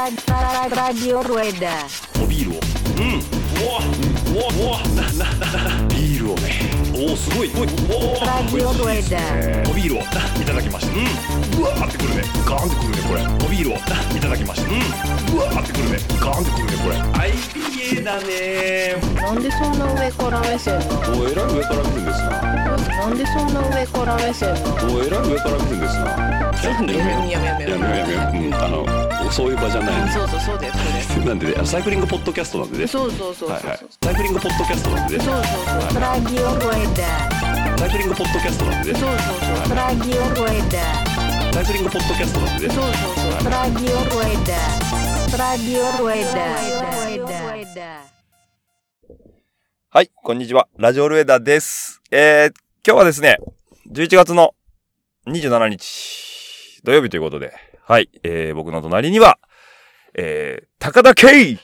Radio Rueda. おビールをうんうわうわうわななななビールをねおおすごいおいおー Radio おいいいです Rueda. ねおビールをないただきましたうんうわーってくるねガーンってくるねこれおビールをないただきましたうんうわーってくるねガーンってくるねこれ IPA だねなんでそんな上から目線なのおえらい上から来るんですななんでそんな上から目線なのおえらい上から来るんですなちょっとねやめようやめようやめようやめよううんあのそういう場じゃないそうそうそうだよそなんでねあのサイクリングポッドキャストなんでねれそうそうそうそうはいそうはいサイクリングポッドキャストなんでねそうそう Radio Rueda. サイクリングポッドキャストなんでねそうそうそう Radio Rueda. サイクリングポッドキャストなんでねそうそうそうそう Radio Rueda. Radio Rueda. はい、こんにちは。ラジオルエダです。えー、今日はですね、11月の27日、土曜日ということで、はい、えー、僕の隣には、えー、高田圭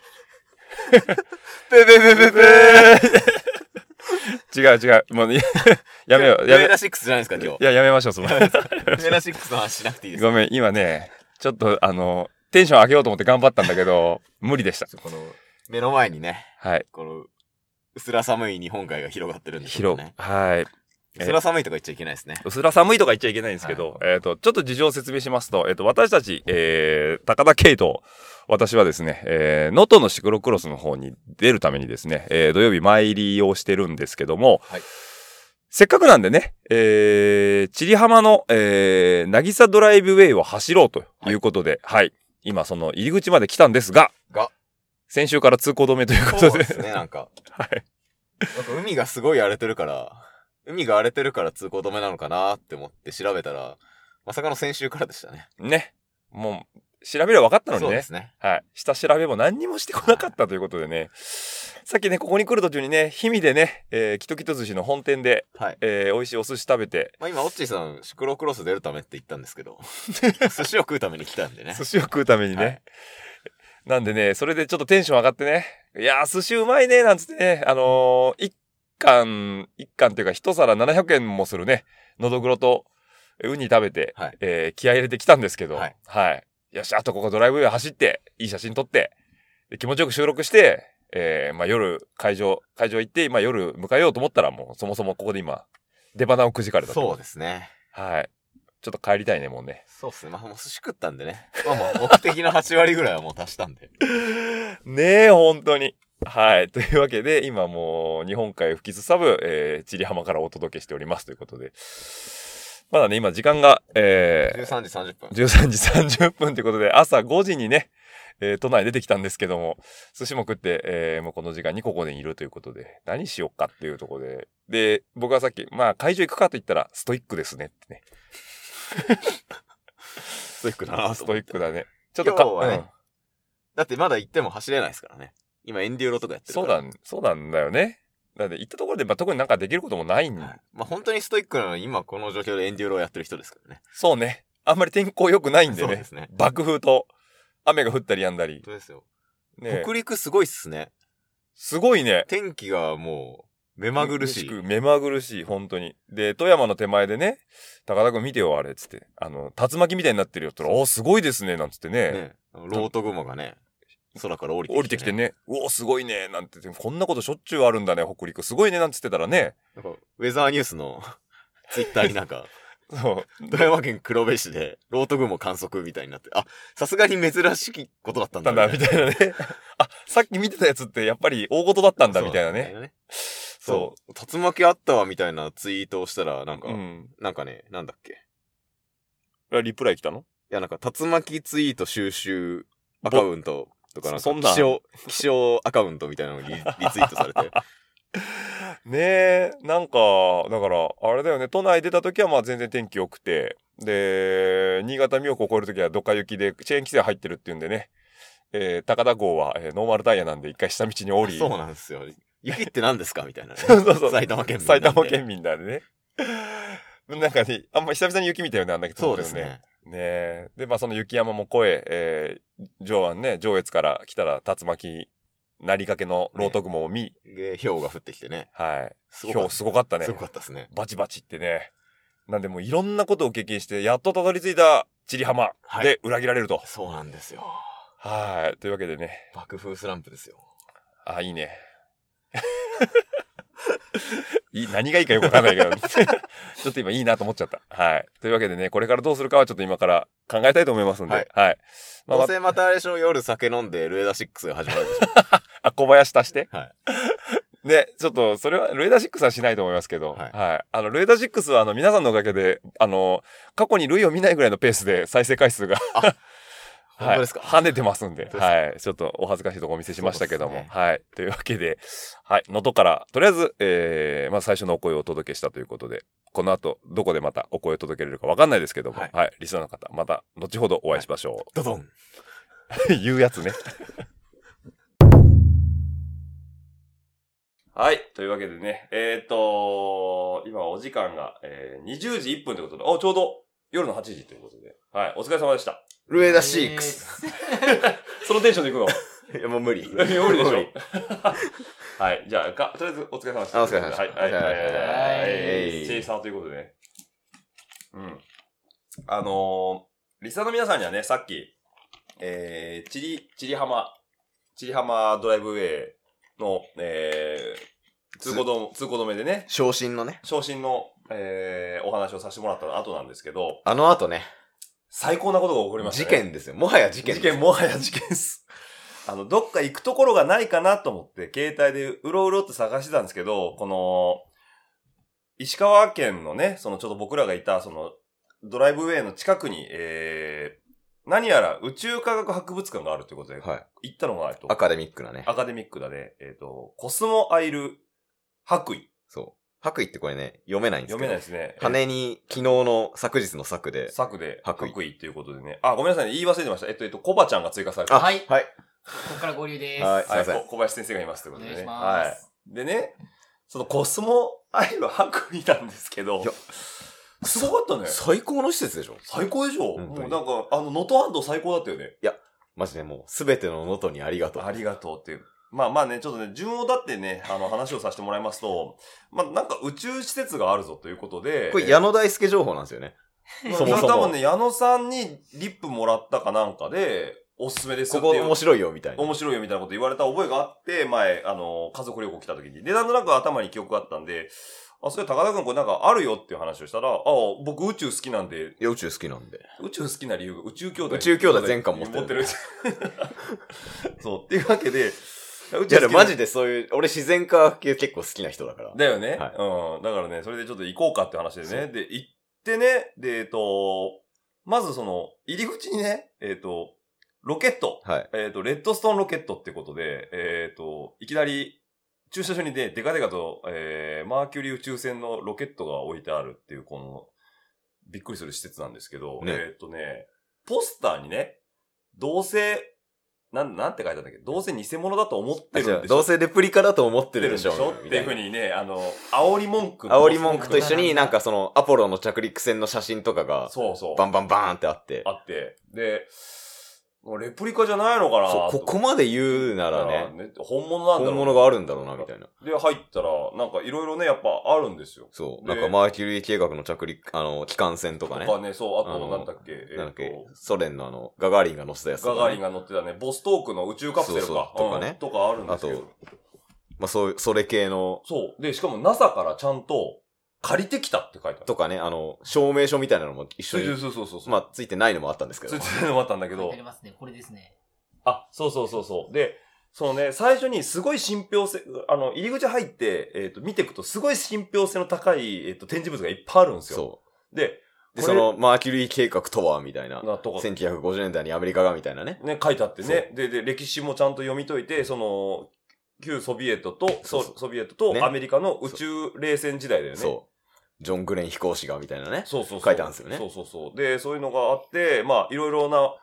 ペペペペペ違う違う、もう、いやめよう、やめやめ、いラシックスじゃないですか今や、やめましょう、その。日。メラシックスの話しなくていいです。ごめん、今ね、ちょっと、あの、テンション上げようと思って頑張ったんだけど、無理でした。この目の前にね、はい、この薄ら寒い日本海が広がってるんですよ広ね。、はい。薄ら寒いとか言っちゃいけないですね。薄ら寒いとか言っちゃいけないんですけど、えっ、と、ちょっと事情を説明しますと、えっ、と、私たち、えー、高田圭と、私はですね、えー、能登のシクロクロスの方に出るためにですね、えー、土曜日前入りをしてるんですけども、はいせっかくなんでね、えー、千里浜の、えー、渚ドライブウェイを走ろうということで、はい、今その入り口まで来たんですが、が先週から通行止めというこそとうでで、すね、なんか。はい。なんか海がすごい荒れてるから、海が荒れてるから通行止めなのかなって思って調べたら、まさかの先週からでしたね。ね、もう、調べれば分かったのにそうねで、すね。はい。下調べも何にもしてこなかったということでね。さっきね、ここに来る途中にね、氷見でね、えー、キトキト寿司の本店で、はい。えー、美味しいお寿司食べて、まあ今、オッチーさん、シクロクロス出るためって言ったんですけど、 寿司を食うために来たんでね寿。司を食うためにね。はいなんでね、それでちょっとテンション上がってね、いやー、寿司うまいね、なんつってね、あのー、一貫、一貫というか一皿700円もするね、のどぐろと、えーウニ食べて、はいえー気合い入れてきたんですけど、ははいい。よし、あとここドライブウェイ走って、いい写真撮って、で気持ちよく収録して、えーまあ夜、会場、会場行って、まあ夜迎えようと思ったら、もうそもそもここで今、出花をくじかれたとそうですね。はい。ちょっと帰りたいね、もうね。そうっすね。まあ、もう寿司食ったんでね。まあ、もう目的の8割ぐらいはもう足したんで。 ねえ、本当に。はい。というわけで、今もう日本海を吹きすさぶ、えー、千里浜からお届けしておりますということで。まだね、今時間が、え13時30分ー、。13時30分ということで、朝5時にね、えー都内出てきたんですけども、寿司も食って、えーもうこの時間にここでいるということで、何しよっかっていうところで、で、僕はさっき、まあ会場行くかと言ったら、ストイックですねってね。 ストイックだなスとト思イっッて。クだね。ちょっと今日はねうんだってまだ行っても走れないですからね。今エンデューロとかやってるかそうら。だ、そうなんだよね。だって行ったところで、まあ、特になんかできることもないんはいまあ本当にストイックなのは今この状況でエンデューロをやってる人ですからね。そうね。あんまり天候良くないんでそうでね。すね。爆風と雨が降ったりやんだり本。当ですよ。ね北陸すごいっすね。すごいね。天気がもう目まぐるしい。く目まぐるしい、本当に。で、富山の手前でね、高田くん見てよ、あれ、っつって。あの、竜巻みたいになってるよ、って言ったら、おーすごいですね、なんつってね。ね。ロート雲がね、空から降りてきて、降りてきて。ね、うおーすごいね、なんて言って、こんなことしょっちゅうあるんだね、北陸。すごいね、なんつってたらね。なんかウェザーニュースの ツイッターになんか、そう。富山県黒部市でロート雲観測みたいになって、あ、さすがに珍しいことだったんだだんだ、みたいなね。 あ、さっき見てたやつって、やっぱり大事だったんだ、みたいなそうね。んだよ。そそう。竜巻あったわみたいなツイートをしたら、なんか、う。うん。なんかね、なんだっけ。いリプライ来たのや、なんか、竜巻ツイート収集アカウントとかなんか、そそんなん気象、気象アカウントみたいなのにリリツイートされて。 ねえ、なんか、だから、あれだよね、都内出た時はまあ全然天気良くて、で、新潟妙高を越える時はどか雪で、チェーン規制入ってるっていうんでね、えー高田号は、えーノーマルタイヤなんで一回下道に降り、そうなんですよ。雪って何ですかみたいな、ね。そうそうそう埼玉県民なん埼で玉県民なんでね。 なんかね、あんま久々に雪見たよね、あんだけどそうですね。ねえ。で、まあその雪山も越え、えー上岸ね、上越から来たら竜巻、なりかけのロート雲を見、で、氷が降ってきてね。はい。す今日すごかったね。すごかったですね。バチバチってね。なんでもういろんなことを経験して、やっとたどり着いたちり浜はいで裏切られると。そうなんですよ。はい。というわけでね。爆風スランプですよ。あ、いいね。 いい何がいいかよくわからないけど、 ちょっと今いいなと思っちゃった。はい。というわけでね、これからどうするかはちょっと今から考えたいと思いますんで、ははいい。まあどうませまたあれでしょ、夜酒飲んで、ルエダ6が始まるでしょ。 あ、小林足して。はいね、ちょっと、それは、ルエダシックスはしないと思いますけど、ははいい。あの、ルエダシックスは、あの、皆さんのおかげで、あの、過去に類を見ないぐらいのペースで再生回数が、本当です か跳ねてますんで本、当ですかはい。ちょっと、お恥ずかしいとこお見せしましたけども、そうですはい。というわけで、はい。能登から、とりあえず、えー、まず最初のお声をお届けしたということで、この後、どこでまたお声を届けれるかわかんないですけども、ははいい、リスナーの方、また、後ほどお会いしましょドドンう。 言うやつ ね。はい。というわけでね、えっ、と、今お時間が、えー、20時1分ということで、お、ちょうど夜の8時ということで、はい。お疲れ様でした。ルエダ6。 そのテンションで行くの いや、もう無理。 無理でしょ はい。じゃあ、か、とりあえずお疲れ様でした。あお疲れ様でしたはい。はい。はいはいはいはいチェイサーということでね。うん。あのー、リスナーの皆さんにはね、さっき、えー、チリ、チリ浜、チリ浜ドライブウェイの、えー、通行止め、通行止めでね、昇進のね。昇進の、えー、お話をさせてもらった後なんですけど、あの後ね、最高なことが起こりました事ね。件ですよ。もはや事件事件、もはや事件です。あの、どっか行くところがないかなと思って、携帯でうろうろって探してたんですけど、この、石川県のね、そのちょっと僕らがいた、その、ドライブウェイの近くに、えー、何やら宇宙科学博物館があるということで、はい。行ったのが、えっとア、カデミックなね。アカデミックだね、えっ、と、コスモアイル白衣。そう。白衣ってこれね、読めないんです読けど。めないですね。羽に、昨日の昨日の昨で。作で白白衣衣ということでね。あ、ごめんなさいね。言い忘れてました。えっと、えっと、コバちゃんが追加された。あ、はいはい。ここから合流です。はいはい、すいませんこ小林先生がいますというおこと願でいしね。まはいす。。でね、そのコスモアイは白衣なんですけどいや、すごかったね。最高の施設でしょ最高でしょ本も当うになんか、あの、能登半島最高だったよね。マジでもう、すべての能登にありがとう。ありがとうっていう。まあまあね、ちょっとね、順をだってね、あの、話をさせてもらいますと、まあなんか宇宙施設があるぞということで、これ、矢野大輔情報なんですよね。まあそもそも多分ね、矢野さんにリップもらったかなんかで、おすすめですこよってこいう。面白いよ、みたいな。面白いよみたいなこと言われた覚えがあって、前、あの、家族旅行来た時に。で、なんとなく頭に記憶があったんで、あ、それ高田くんこれなんかあるよっていう話をしたら、あ、僕宇宙好きなんで、いや、宇宙好きなんで。宇宙好きな理由が宇宙兄弟。宇宙兄弟全巻持ってる持ってる。そう、っていうわけで、宇いや、でもマジで。でそういう、俺自然科学系結構好きな人だから。だよね、はいうん。だからね、それでちょっと行こうかって話でそね。で、行ってね、で、えっと、まずその、入り口にね、えっと、ロケット。はい。えっ、と、レッドストーンロケットってことで、えっ、と、いきなり駐車場にね、デカデカと、えー、マーキュリー宇宙船のロケットが置いてあるっていう、この、びっくりする施設なんですけど、ねえっ、とね、ポスターにね、どうせ、なん、なんて書いてあったっけどうせ偽物だと思ってじゃるんあでしょどうせレプリカだと思っ思てるでしょ。っていうふうにね、あの、煽り文句の。煽り文句と一緒になんかそのアポロの着陸船の写真とかがそうそう。バンバンバーンってあってあ。って、で、もうレプリカじゃないのかなそう、ここまで言うなからね、本物なんだろうな本物があるんだろうな、みたいな。で、入ったら、なんかいろいろね、やっぱあるんですよ。そう。でなんかマーキュリー計画の着陸、あの、機関船とかね。とかね、そう、ああと、のなんだっけ、えなんだっっけと、ソ連のあの、ガガーリンが乗せたやつとか、ね。ガガーリンが乗ってたね、ボストークの宇宙カプセルそうか。そうとかねうんとかあるんですけあどと。まあそういう、それ系の、そう。で、しかも NASA からちゃんと、借りてきたって書いてある。とかね、あの、証明書みたいなのも一緒そうに、そうそうそうそう。まあついてないのもあったんですけつどい。てるのもあったんだけ書いどてあり。ますね。これですね。あ、そうそうそうそう。で、そのね、最初にすごい信憑性、あの、入り口入って、えっと、見ていくと、すごい信憑性の高い、えっと、展示物がいっぱいあるんですよ。そう。で、で、これその、マーキュリー計画とは、みたいな。なとか1950年代にアメリカが、みたいなね。ね、書いてあってね。で、で、歴史もちゃんと読み解いて、その、旧ソビエトと、そうソソビエトとねアメリカの宇宙冷戦時代だよね。そう。ジョン・グレン飛行士が、みたいなね。そうそうそう書いてあるんですよねそうそうそう。で、そういうのがあって、まあ、いろいろな、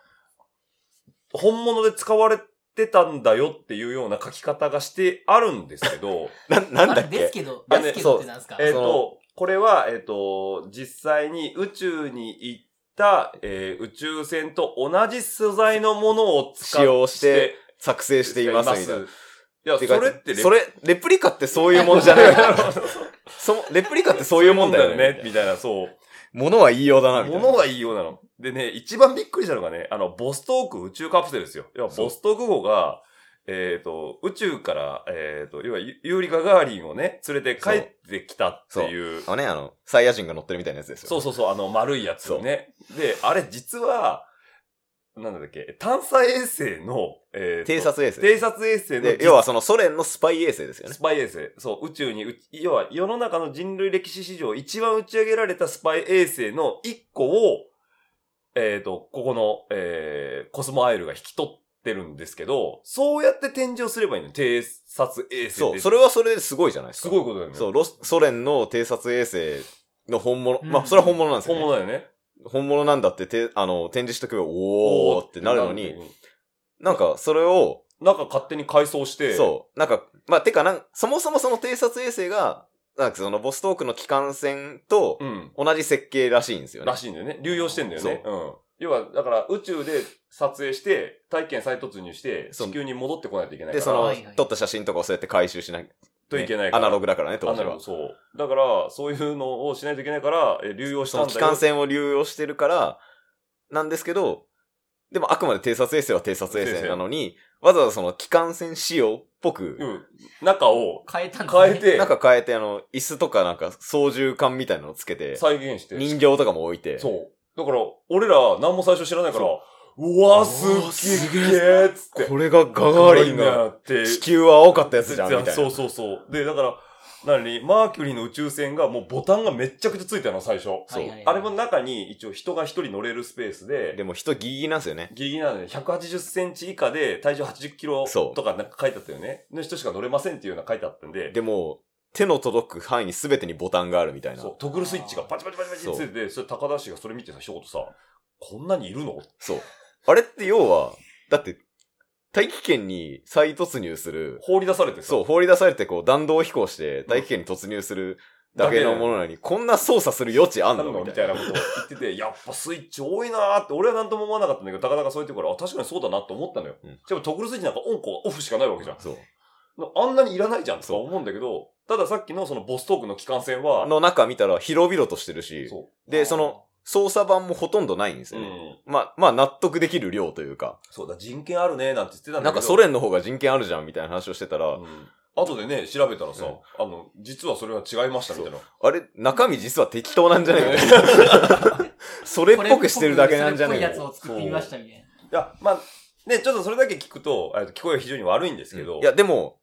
本物で使われてたんだよっていうような書き方がしてあるんですけど、 な、なんだあっですけけど、あでねすけどってなんですかえっ、そと、これは、えっ、と、実際に宇宙に行った、えー宇宙船と同じ素材のものを使っ使用して作成しています、みたいな。いや、そてかれってレそれ、レプリ カってそういうもんじゃないそうそのレプリカってそういうもんだよね。みたいな、そう。物は言いようだな、みたいな。物がいいようなの。でね、一番びっくりしたのがね、あの、ボストーク宇宙カプセルですよ。要は、ボストーク号が、えっ、と、宇宙から、えっ、と、要はユ、ユーリ・ガガーリンをね、連れて帰ってきたっていう。あのね、あの、サイヤ人が乗ってるみたいなやつですよ。そうそうそう、あの、丸いやつね。で、あれ実は、なんだっけ、探査衛星の、えーと偵察衛星。偵察衛星ので、、要はそのソ連のスパイ衛星ですよねス。パイ衛星。そう、宇宙にう、要は世の中の人類歴史史上一番打ち上げられたスパイ衛星の一個を、えっ、と、ここの、えーコスモアイルが引き取ってるんですけど、そうやって展示をすればいいのよ偵察衛星そう、それれはそれですごいじゃないですすか。ごいことだよね。そう、ロスソ連の偵察衛星の本物。うんまあ、それは本物なんですよ、本ね。物だよね。本物なんだってて、あの、展示しとけば、おーってなるのに、うん、なんか、それを、なんか勝手に改装して、そう、なんか、まあ、てかなん、そもそもその偵察衛星が、なんかそのボストークの機関船とう。うん。同じ設計らしいんですよね。らしいんだよね。流用してんだよね。うん。要は、だから宇宙で撮影して、体験再突入して、そう地球に戻ってこないといけないから。で、その、はいはい撮った写真とかをそうやって回収しなきゃ、といけないねかアらナログだからね、当あ時なるほはど。そう。だから、そういうのをしないといけないから、え流用しそたのんだ機よ。関船を流用してるから、なんですけど、でもあくまで偵察衛星は偵察衛星なのに、わざわざその機関船仕様っぽく、うん。中を変えたんですね。変えて なん、か変えて、あの、椅子とかなんか操縦桿みたいなのつけて、再現して。人形とかも置いて、そう。だから、俺ら、何も最初知らないから、うわ、すっげえっつって。これがガガーリンやが、って。地球は青かったやつじゃん、みたいそなう。そうそう。で、だから、何マーキュリーの宇宙船がもうボタンがめっちゃくちゃついたの、最初。はいはいはいあれも中に一応人が一人乗れるスペースで、でも人ギリギリなんですよね。ギリギリなので、180センチ以下で体重80キロそうとかなんか書いてあったよね。の人しか乗れませんっていうような書いてあったんで。でも、手の届く範囲に全てにボタンがあるみたいな。そう、トグルスイッチがパチパチパチパチってついてて、それ高田氏がそれ見てさ、一言さ、こんなにいるのそう。あれって要は、だって、大気圏に再突入する、放り出されてさ、そう、放り出されてこう弾道飛行して大気圏に突入するだけのものなのに、こんな操作する余地あんなるののみみたたいいなな。ことを言ってて、やっぱスイッチ多いなーって、俺は何とも思わなかったんだけど、高田がそう言ってるから、あ、確かにそうだなって思ったのよ。うんしかもトグルスイッチなんかオンコオフしかないわけじゃん。そう。あんなにいらないじゃんとかそう思うんだけど、たださっきのそのボストークの機関船は、の中見たら広々としてるし、そで、その、操作版もほとんどないんですう。うよね。ん。まあ、まあ納得できる量というか、そうだ、人権あるねーなんて言ってたんだけど。なんかソ連の方が人権あるじゃんみたいな話をしてたら、うん。後でね、調べたらさ、あの、実はそれは違いましたみたいな。あれ、中身実は適当なんじゃないか それっこれぽくしてるだけなんじゃこなれいっかぽいやつを作ってみましたみたいいや、まあ、ね、ちょっとそれだけ聞くと、えっと聞こえが非常に悪いんですけど、いや、でも、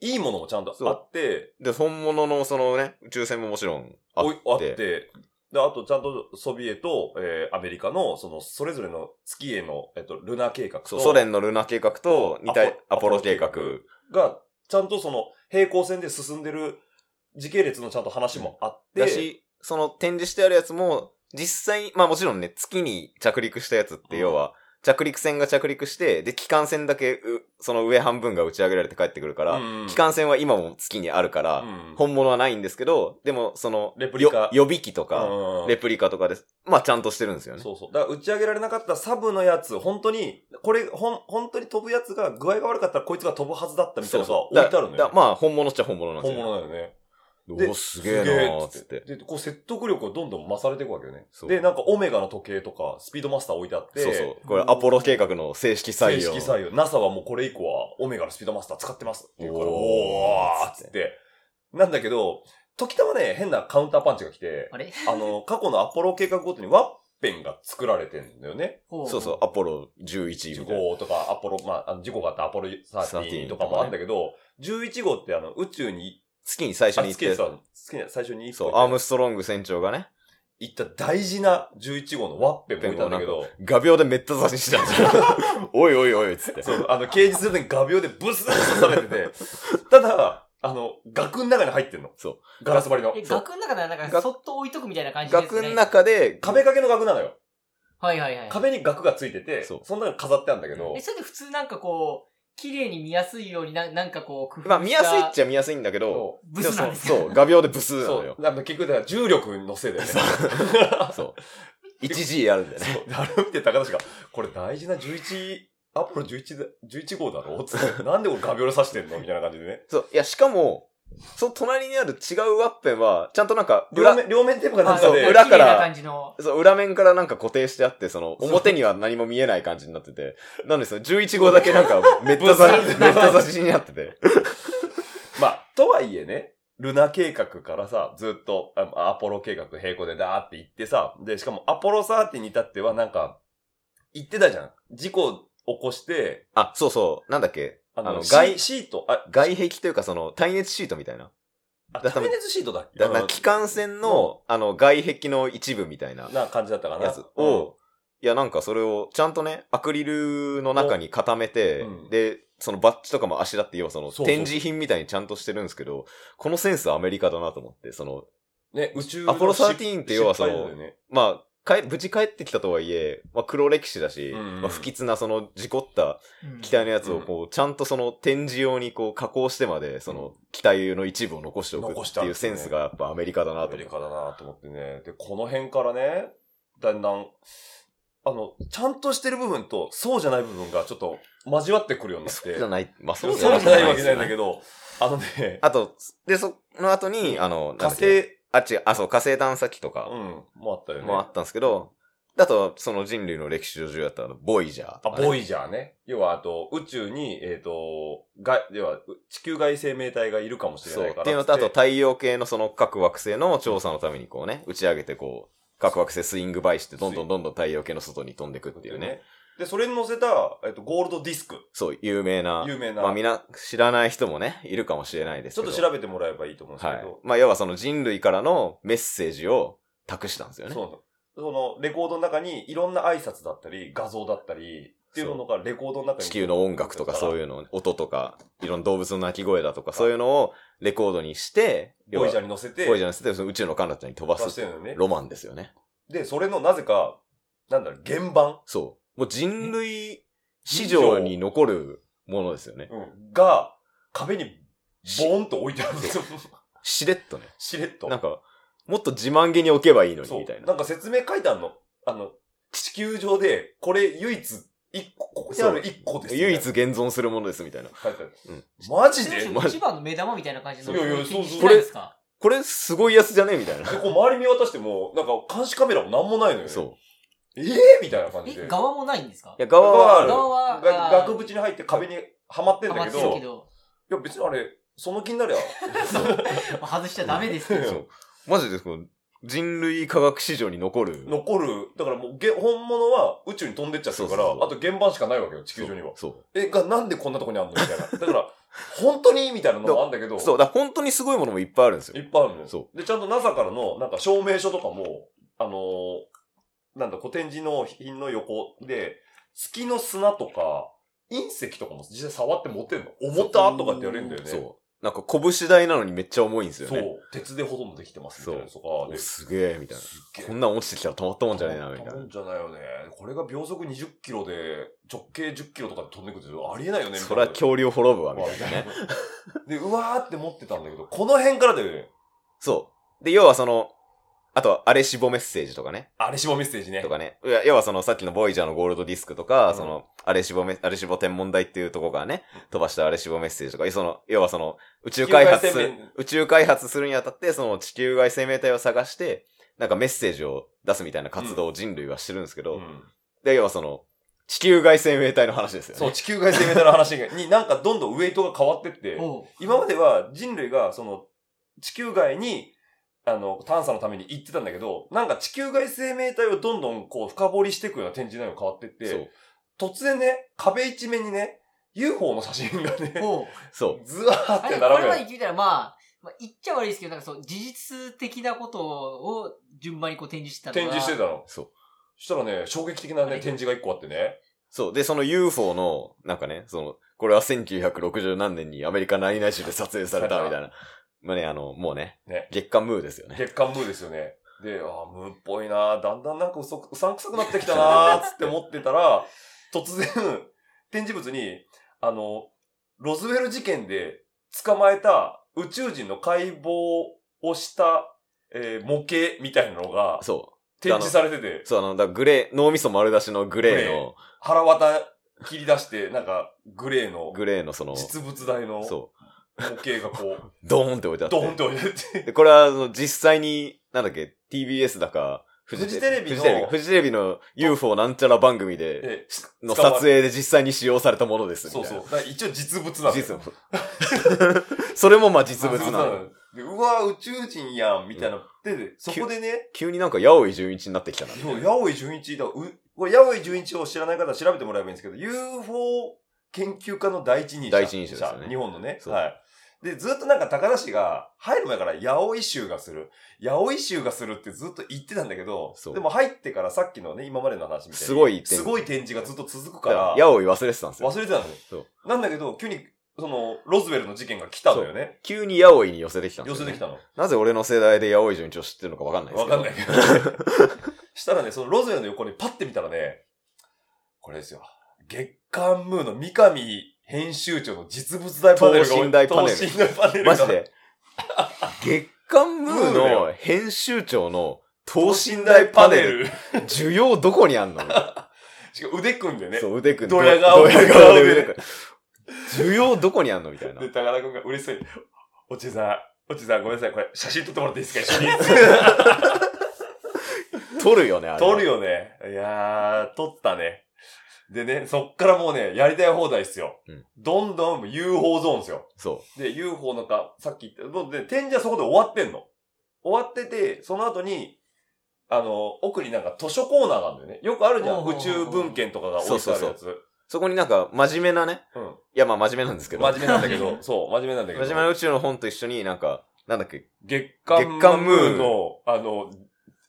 いいものもちゃんとあって、で、本物のそのね、宇宙船ももちろんあおいあっってて、、で、あとちゃんとソビエト、えーアメリカの、その、それぞれの月への、えっと、ルナ計画そと、うソ連のルナ計画と似たアポアポロ計ア画ポロ計が、ちゃんとその、平行線で進んでる時系列のちゃんと話もあって、だし、その展示してあるやつも、実際、まあもちろんね、月に着陸したやつって、うん要は、着陸船が着陸して、で、機関船だけう、その上半分が打ち上げられて帰ってくるから、うん機関船は今も月にあるから、うん本物はないんですけど、でも、その、レプリカよ予備機とか、うんレプリカとかです。まあちゃんとしてるんですよね。そうそう。だから打ち上げられなかったサブのやつ、本当に、これ、ほん、本当に飛ぶやつが具合が悪かったらこいつが飛ぶはずだったみたいなのが置いてあるのだよだ。まあ本物っちゃ本物なんです本よ、ね。物だよね。物でおーすげえなーっつって。で、こう説得力をどんどん増されていくわけよねそ。うで、なんかオメガの時計とか、スピードマスター置いてあって、そうそう。これアポロ計画の正式採正用。式採用。NASA はもうこれ以降は、オメガのスピードマスター使ってますっていうから、おーおーっつって。なんだけど、時たまね、変なカウンターパンチが来てな。、あれあの、過去のアポロ計画ごとにワッペンが作られてんだよね。そうそう、アポロ11みたいな。 15とか、アポロ、まああの、事故があったアポロ13 13とかもあるんだけど、11号ってあの、宇宙に、月に最初あに行っ月でてさ、、好きな最初にそう、あアームストロング船長がね、行った大事な11号のワッペンも置いたんだけど、画鋲でめった刺ししてたんですよ。おいおいおい、つって。そう、あの、掲示するのに画鋲でブスッと刺され てて、ただ、あの、額の中に入ってんの。。そうガラス張りのえ、。そう額の中でなんかがそっと置いとくみたいな感じですね。額の中で、壁掛けの額なのよ。はいはいはい。壁に額がついてて、そうそんなの飾ってあるんだけどえ、、それで普通なんかこう、綺麗に見やすいようにな、なんかこう、工夫した。 まあ見やすいっちゃ見やすいんだけど、そブスなんですでもそう、そう画鋲でブスう。なそのうよ。。だから結局、だから重力のせい だよね。 そう。1G あるんだよね。そう。であれを見て高田氏が、これ大事な11、アポロ11だ、11号だろつって、なんで俺画鋲で刺してんのみたいな感じでね。そう。いや、しかも、その隣にある違うワッペンは、ちゃんとなんか、両裏、面、両面テープかなんあかのそうで。裏から綺麗な感じの。そう、裏面からなんか固定してあって、その、表には何も見えない感じになってて、なんでその11号だけなん か、めった刺し、めった刺しになってて。 まあ、とはいえね、ルナ計画からさ、ずっとあアポロ計画並行でだーって行ってさ、で、しかもアポロ13に至ってはなんか、言ってたじゃん。事故起こして、あ、そうそう、なんだっけあの、あの外外シート、あ、外壁というかその、耐熱シートみたいな。あだから耐熱シートだっけだから、機関船の、あの、外壁の一部みたいなうん。な感じだったかな。やつを、いや、なんかそれを、ちゃんとね、アクリルの中に固めて、うんで、そのバッジとかもあしらって、要はそのそうそう展示品みたいにちゃんとしてるんですけど、このセンスアメリカだなと思って、その、うんね、宇宙アポロ13って要はその失敗だよねまあ、帰、無事帰ってきたとはいえ、まあ黒歴史だし、うんうんまあ不吉なその事故ったうん機体のやつをこう、ちゃんとその展示用にこう加工してまで、その機体の一部を残しておく残しってあていうるんですセねンスがやっぱアメリカだなアと思っメリて。カだなと思ってね。で、この辺からね、だんだん、あの、ちゃんとしてる部分と、そうじゃない部分がちょっと交わってくるようになって。そうじゃない、まあそうじじゃゃないわでけすなよいんだけど、あのね、あと、で、その後に、あの、な火んだっ星け、あ、違う、あ、そう、火星探査機とうかん、もあったよね。もあったんですけど、あと、その人類の歴史上重要だったあの、ボイジャー。あ、ボイイジャーね。要は、あと、宇宙に、えっ、と、が、要は、地球外生命体がいるかもしれそなう。いからっっていうのと、あと、太陽系のその各惑星の調査のためにこうね、打ち上げてこう、各惑星スイングバイして、どんどんどんどん太陽系の外に飛んでくっていうね。。で、それに乗せた、えっ、と、ゴールドディスク。そう、有名な。有名な。まあ、みんな知らない人もね、いるかもしれないですちけょっど。と調べてもらえばいいと思うんですはけいど。。まあ、要はその人類からのメッセージを託したんですよね。そうなのその、レコードの中にいろんな挨拶だったり、画像だったり、っていうのがレコードの中 に。地球の音楽とかそうう。いうの、音とか、いろんな動物の鳴き声だとか、そういうのをレコードにして、ボイジャーに。に乗せて、ボイジャーにして、その宇宙の彼方に飛ば飛ばしすてるのね。ロマンですよね。で、それのなぜか、なんだろう、原版、そう。もう人類史上に残るものですよね。が、壁に、ボーンと置いてあるんですよ。しれっとね。しれっと。なんか、もっと自慢げに置けばいいのそに、うみたいな。なんか説明書いてあるの。あの、地球上で、これ唯一、一個、ここにある一個です、唯一現存するものです、みたいな。書いてある。うんマジでそれマジ一番の目玉みたいな感じの。いやいやそうそうこれですかこれすごいやつじゃねみたいで、な。こう周り見渡しても、なんか監視カメラもなんもないのよ。そう。ええー、みたいな感じで。え、側もないんですかいや、側はある。側は、があー額縁に入って壁にはまってんハマだっけてど、るけいど、や別にあれ、その気になりゃ、 外しちゃダメですけうんど。そうマジで、この人類科学史上に残る。残る、だからもうげ、本物は宇宙に飛んでっちゃってるかそら、うそうそうあと現場しかないわけよ、地球上には。そう。え、が、なんでこんなとこにあんのみたいな。だから、本当にみたいなのもあんだけど、そう、だから本当にすごいものもいっぱいあるんですいっよ。ぱいあるのよ。そで、ちゃんと NASA からの、なんか証明書とかも、あのーなんだ、古典示の品の横で、月の砂とか、隕石とかも実際触って持ってんの。重たとかってやれるんだよね。そう。なんか拳台なのにめっちゃ重いんですよそうね。鉄でほとんどできてますみたいなとかおで。すげえ、みたいな。すっげえこんなん落ちてきたらたまったもんじゃねえな、みたいな。んじゃないよね。これが秒速20キロで、直径10キロとかで飛んでくるってありえないよね、そりゃ恐竜滅ぶわ、みみたたいいななね。で、うわーって持ってたんだけど、この辺からだよね。そう。で、要はその、あとは、あれしぼメッセージとかね。あれ死亡メッセージね。とかね。いや要はその、さっきのボイジャーのゴールドディスクとか、うんその、あれしぼメ、あれしぼ天文台っていうとこからね、飛ばしたあれしぼメッセージとか、その、要はその、宇宙開発す地球外る生命、宇宙開発するにあたって、その地球外生命体を探して、なんかメッセージを出すみたいな活動を人類はしてるんですけど、うんで、要はその、地球外生命体の話ですよね。そう、地球外生命体の話になんかどんどんウェイトが変わってって、おう今までは人類がその地球外にあの探査のために行ってたんだけど、なんか地球外生命体をどんどんこう深掘りしていくような展示内容が変わってっそて、う。突然ね、壁一面にね、UFO の写真 がね、おうそう。ずわーあってれ、こ並れべまでる。聞いたら、まあ、まあ、言っちゃ悪いですけど、なんかそう、事実的なことを順番にこう展示してたの展が示してたの。そう。そしたらね、衝撃的なね、展示が一個あってね。そう。で、その UFO の、なんかね、その、これは1960何年にアメリカ何々州で撮影されたみたいな。まあね、あの、もうね、ね月刊ムーですよね。月刊ムーですよね。で、あームーっぽいなーだんだんなんかうそくうさんくさくなってきた なーつって思ってたら、突然、展示物に、あの、ロズウェル事件で捕まえた宇宙人の解剖をした、えー模型みたいなのがそ展示されててう。、そう、あの、だからグレー、脳みそ丸出しのグレーの、腹渡切り出して、なんか、グレーのグレーのその、実物大の、そ模型がこう、 ドーンって置いてあって。ドーンって置いてあって。で、これは、あの実際に、なんだっけ、TBS だか、フジテレビのフジテレビかフジテレビの UFO なんちゃら番組で、ええの使わ撮影で実際に使用されたものです。みたそいうなそう。。だから一応実物なのよ。実物。それもまあ実物 実物ななのの。よ。でうわ宇宙人やん、みたいな。で、そこでね、急になんか、八尾井純一になってきたな。そう、八尾井純一だ。うこれ、八尾井純一を知らない方は調べてもらえばいいんですけど、UFO 研究家の第一人者。第一人者ですよね日本のね。そうはい。で、ずっとなんか高田氏が、入る前から八尾井州がする。八尾井州がするってずっと言ってたんだけどそ、うでも入ってからさっきのね、今までの話みたいに。すごい展示すごい展示がずっと続くだかからら、、八尾井忘れてたんですよ。忘れてたのよ。そうなんだけど、急に、その、ロズウェルの事件が来たのよね。急に八尾井に寄せてきたんで寄すせよ、てきたの。なぜ俺の世代で八尾井純一を知ってるのかわかんないですわけかど。んないけど。したらね、そのロズウェルの横にパッて見たらね、これですよ。月刊ムーの三上編集長の実物大パネルが等身大パネル等身大パネルがマジ で。月刊ムーの編集長の等等身身大大パパネネル。 ル。需要どこにあんのしかも腕組んでね。そう、腕組んで。ドヤ顔ドヤ顔でドヤ顔で腕組んで需要どこにあんのみたいなで、。高田くんが嬉しそうに、おちさん、おちさんごめんなさい、これ写真撮ってもらっていいですか一緒に。 撮るよね、あれ。撮る。よね。いやー、撮ったね。でね、そっからもうね、やりたい放題っすよ。うんどんどん UFO ゾーンっすよ。そで、UFO なんか、さっき言った、もうで、展示はそこで終わってんの。終わってて、その後に、あの、奥になんか図書コーナーがあるんだよね。よくあるじゃん。おうおうおう宇宙文献とかが置いてあるやつ。う。そこになんか、真面目なね。うんいや、まあ真面目なんですけど。真面目なんだけど、 そう、真面目なんだけ真面目など。宇宙の本と一緒になんか、なんだっけ、月月刊刊ムムーーンの、あの、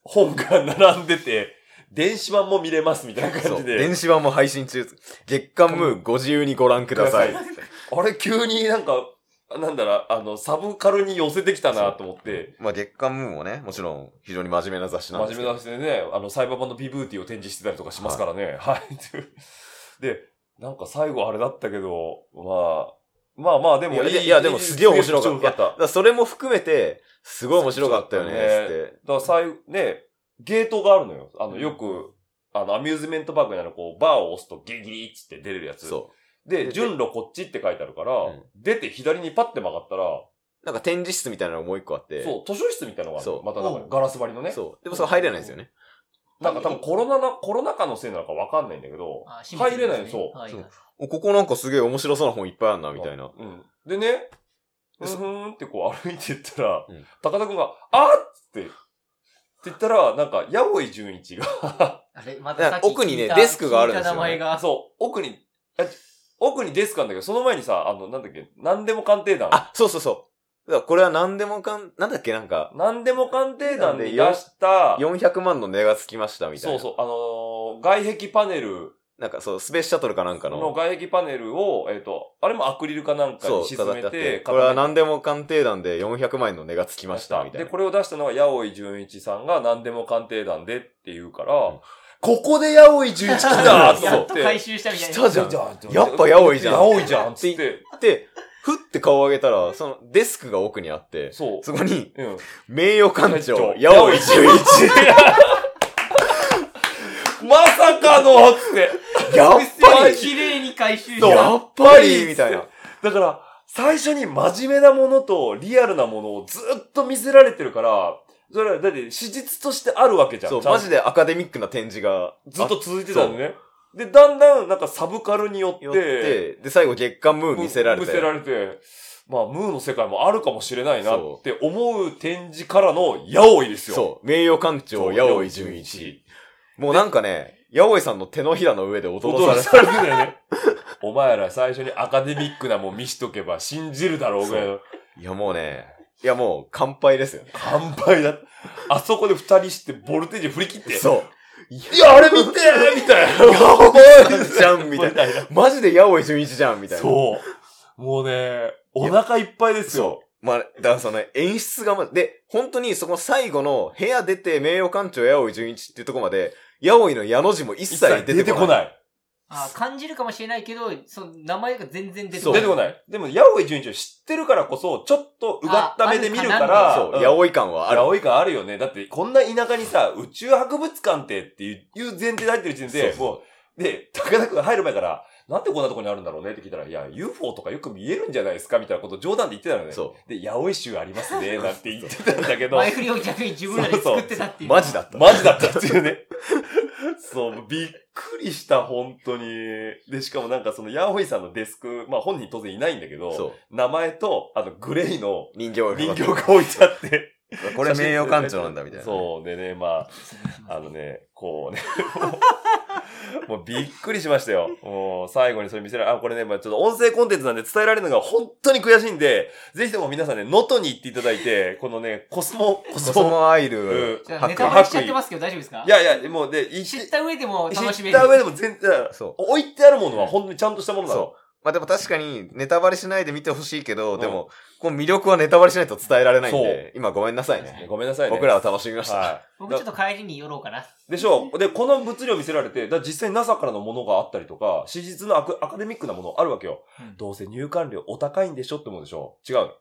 本が並んでて、電子版も見れますみたいな感そう、じで。電子版も配信中。月刊ムーご自由にご覧ください。あれ、急になんか、なんだろう、あの、サブカルに寄せてきたなと思って、まあ月刊ムーもね、もちろん非常に真面目な雑誌なん真です面け目ど。な話でね、あの、サイバー版のビブーティーを展示してたりとかしますからね。はい。で、なんか最後あれだったけど、まあ、まあまあ、でもいやでいやでもすげえ面白かったすげえ面白かだっからそれも含めて、すごい面白かったよね、つそうだねって。た。だから最後、ね、ゲートがあるのよ。あの、よく、あの、アミューズメントパークにある、こう、バーを押すとギリギリっつって出れるやつ。そでで、順路こっちって書いてあるから、うん出て左にパッて曲がったら、う。なんか展示室みたいなのがもう一個あって。そう、図書室みたいなのがあるそのうまたなんかガラス張りのね。そう。でもそれ入れないんですよね。なんか多分コロナな、コロナ禍のせいなのかわかんないんだけど、あ閉入めてれるんないでの、すねそう。はいそうおここなんかすげえ面白そうな本いっぱいあるな、みたいな。うん。でね、でうんそふーんってこう歩いてったら、うん高田くんが、あーっつって、って言ったら、なんか、矢尾井純一が、あれ、またさっき奥にね聞いたデスクがあるんですよね聞いた名前が。そう、奥に、あ奥にデスクあんだけど、その前にさ、あの、なんだっけ、なんでも鑑定団。あ、そうそうそう。だからこれは何でもかん、なんだっけ、なんか、なんでも鑑定団に出した、 400万の値がつきました、みたいそな。うそう、あのー外壁パネルなんかそう、スペースシャトルかなんかのの。外壁パネルを、えっ、と、あれもアクリルかなんかそにう、沈めだってて、これは固めて何でも鑑定団で400万円の値がつきました、みたいで、な。これを出したのが、八尾井純一さんが何でも鑑定団でって言うから、んここで八尾井純一来たとや思っっとて。回収したみたいな。来たじゃんんやっぱ八尾井じゃん八尾井じゃんっつっってて。で、ふって顔を上げたら、そのデスクが奥にあって、そう。そこに、うん。名誉館長、館八長尾井純一。まさかのっ つって。やっぱり綺麗に回収しそうやた。っぱりみたいな。だから、最初に真面目なものとリアルなものをずっと見せられてるから、それは、だって史実としてあるわけじゃん。そう、ちゃんとマジでアカデミックな展示が。ずっと続いてたんでね。で、だんだんなんかサブカルによって、よって、で、最後月刊ムーン見せられて。見せられて、まあ、ムーの世界もあるかもしれないなって思う展示からの八尾井ですよ。そう、名誉館長、八尾井純一。。もうなんかね、八尾井さんの手のひらの上でお踊父らささんだよね。お前ら最初にアカデミックなもん見しとけば信じるだろうぐらいのれる。いや、もうね、いや、もう乾杯ですよね。乾杯だ。あそこで二人してボルテージ振り切って。そう。いや、あれ見てみ たいな。八尾井じゃんみたいな。たいな。マジで八尾井純一じゃんみたいな。そう。もうね、お腹いっぱいですよ。まあ、だからその演出がま、で、本当にその最後の部屋出て名誉館長八尾井純一っていうとこまで、八尾井の矢の字も一切出出ててここない。ない。あ感じるかもしれないけど、その名前が全然出てそこう出ないて。こない。でも、八尾井純一を知ってるからこそ、ちょっとうがった目で見るかあら、そう、ん八尾井感はああるら、。多い感あるよね。だって、こんな田舎にさ、宇宙博物館ってっていういう前提で入ってる時点で、そうもう、で、高田くん入る前から、なんでこんなとこにあるんだろうねって聞いたら、いや、UFO とかよく見えるんじゃないですかみたいなことを冗談で言ってたのね。そで、八百州あります ね、なんて言ってたんだけど、前振りを逆に自分らで作ってたってう。いう。マジだった。マジだったっていうね。そう、びっくりした、本当に。で、しかもなんかその、ヤオイさんのデスク、まあ本人当然いないんだけど、そう。名前と、あとグレイの人形が人形が置いてあって。 これ名誉館長なんだみたいな。そう、でね、まあ、あのね、こうね、 もうもうびっくりしましたよ。もう最後にそれ見せられ、あ、これね、まあちょっと音声コンテンツなんで伝えられるのが本当に悔しいんで、ぜひとも皆さんね、能登に行っていただいて、このね、コスモ、ココスモアイルうじゃあネ博タバレしちゃってますけど大丈夫ですかいやいや、もうで、い知った上でも楽しめ知っる。た上でも全然、そう置いてあるものは本当にちゃんとしたものだそろ。う。まあでも確かにネタバレしないで見てほしいけど、うんでも、この魅力はネタバレしないと伝えられないんで、今ごめんなさいねね。ごめんなさいね。僕らは楽しみました。は僕ちょっと帰りに寄ろうかな。い。でしょう。で、この物量見せられて、だ実際 NASA からのものがあったりとか、史実のアクアカデミックなものあるわけよ。うんどうせ入館料お高いんでしょって思うでしょ違う。